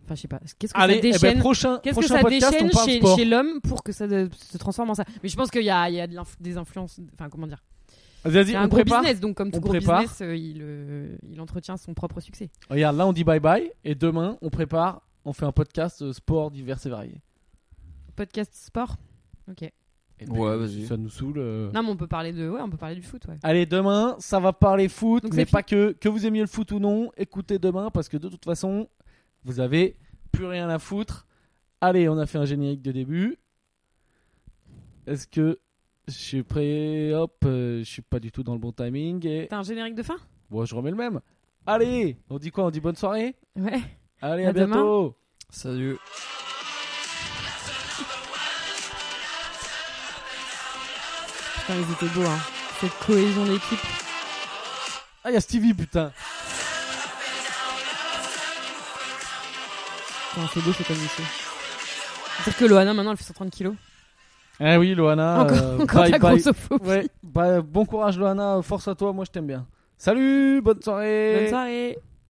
Speaker 1: Enfin, je sais pas. Qu'est-ce que
Speaker 3: Allez,
Speaker 1: ça
Speaker 3: eh ben,
Speaker 1: déchaîne
Speaker 3: prochain,
Speaker 1: Qu'est-ce que
Speaker 3: prochain
Speaker 1: ça
Speaker 3: podcast,
Speaker 1: déchaîne
Speaker 3: on parle
Speaker 1: chez,
Speaker 3: sport.
Speaker 1: chez l'homme pour que ça de- se transforme en ça Mais je pense qu'il y a, il y a de l'inf- des influences. Enfin, comment dire
Speaker 3: Vas-y,
Speaker 1: C'est
Speaker 3: on
Speaker 1: un gros
Speaker 3: prépare.
Speaker 1: business, donc comme tout
Speaker 3: On
Speaker 1: gros
Speaker 3: prépare.
Speaker 1: business, euh, il, euh, il entretient son propre succès.
Speaker 3: Regarde, là on dit bye bye et demain on prépare, on fait un podcast euh, sport divers et variés.
Speaker 1: Podcast sport. Ok.
Speaker 3: Et
Speaker 2: Ouais,
Speaker 3: puis,
Speaker 2: vas-y.
Speaker 3: Ça nous saoule. euh.
Speaker 1: Non, mais on peut parler de, ouais, on peut parler du foot, ouais.
Speaker 3: Allez, demain, ça va parler foot,
Speaker 1: Donc,
Speaker 3: mais
Speaker 1: c'est
Speaker 3: pas que. Que vous aimiez le foot ou non, écoutez demain parce que de toute façon, vous avez plus rien à foutre. Allez, on a fait un générique de début. Est-ce que je suis prêt Hop, euh, je suis pas du tout dans le bon timing. Et...
Speaker 1: T'as un générique de fin
Speaker 3: Bon, je remets le même. Allez, on dit quoi On dit bonne soirée
Speaker 1: Ouais.
Speaker 3: Allez,
Speaker 1: À
Speaker 3: à
Speaker 1: demain.
Speaker 3: bientôt
Speaker 2: Salut.
Speaker 1: Putain, ils étaient beaux, hein. Cette cohésion d'équipe.
Speaker 3: Ah, il y a Stevie, putain
Speaker 1: Putain, c'est beau, c'est comme ici. C'est-à-dire que Loana, maintenant, elle fait 130 kilos.
Speaker 3: Eh oui, Loana.
Speaker 1: encore
Speaker 3: euh,
Speaker 1: encore
Speaker 3: bye
Speaker 1: la
Speaker 3: bye.
Speaker 1: grossophobie.
Speaker 3: Ouais, bah, bon courage, Loana. Force à toi. Moi, je t'aime bien. Salut, bonne soirée.
Speaker 1: Bonne soirée.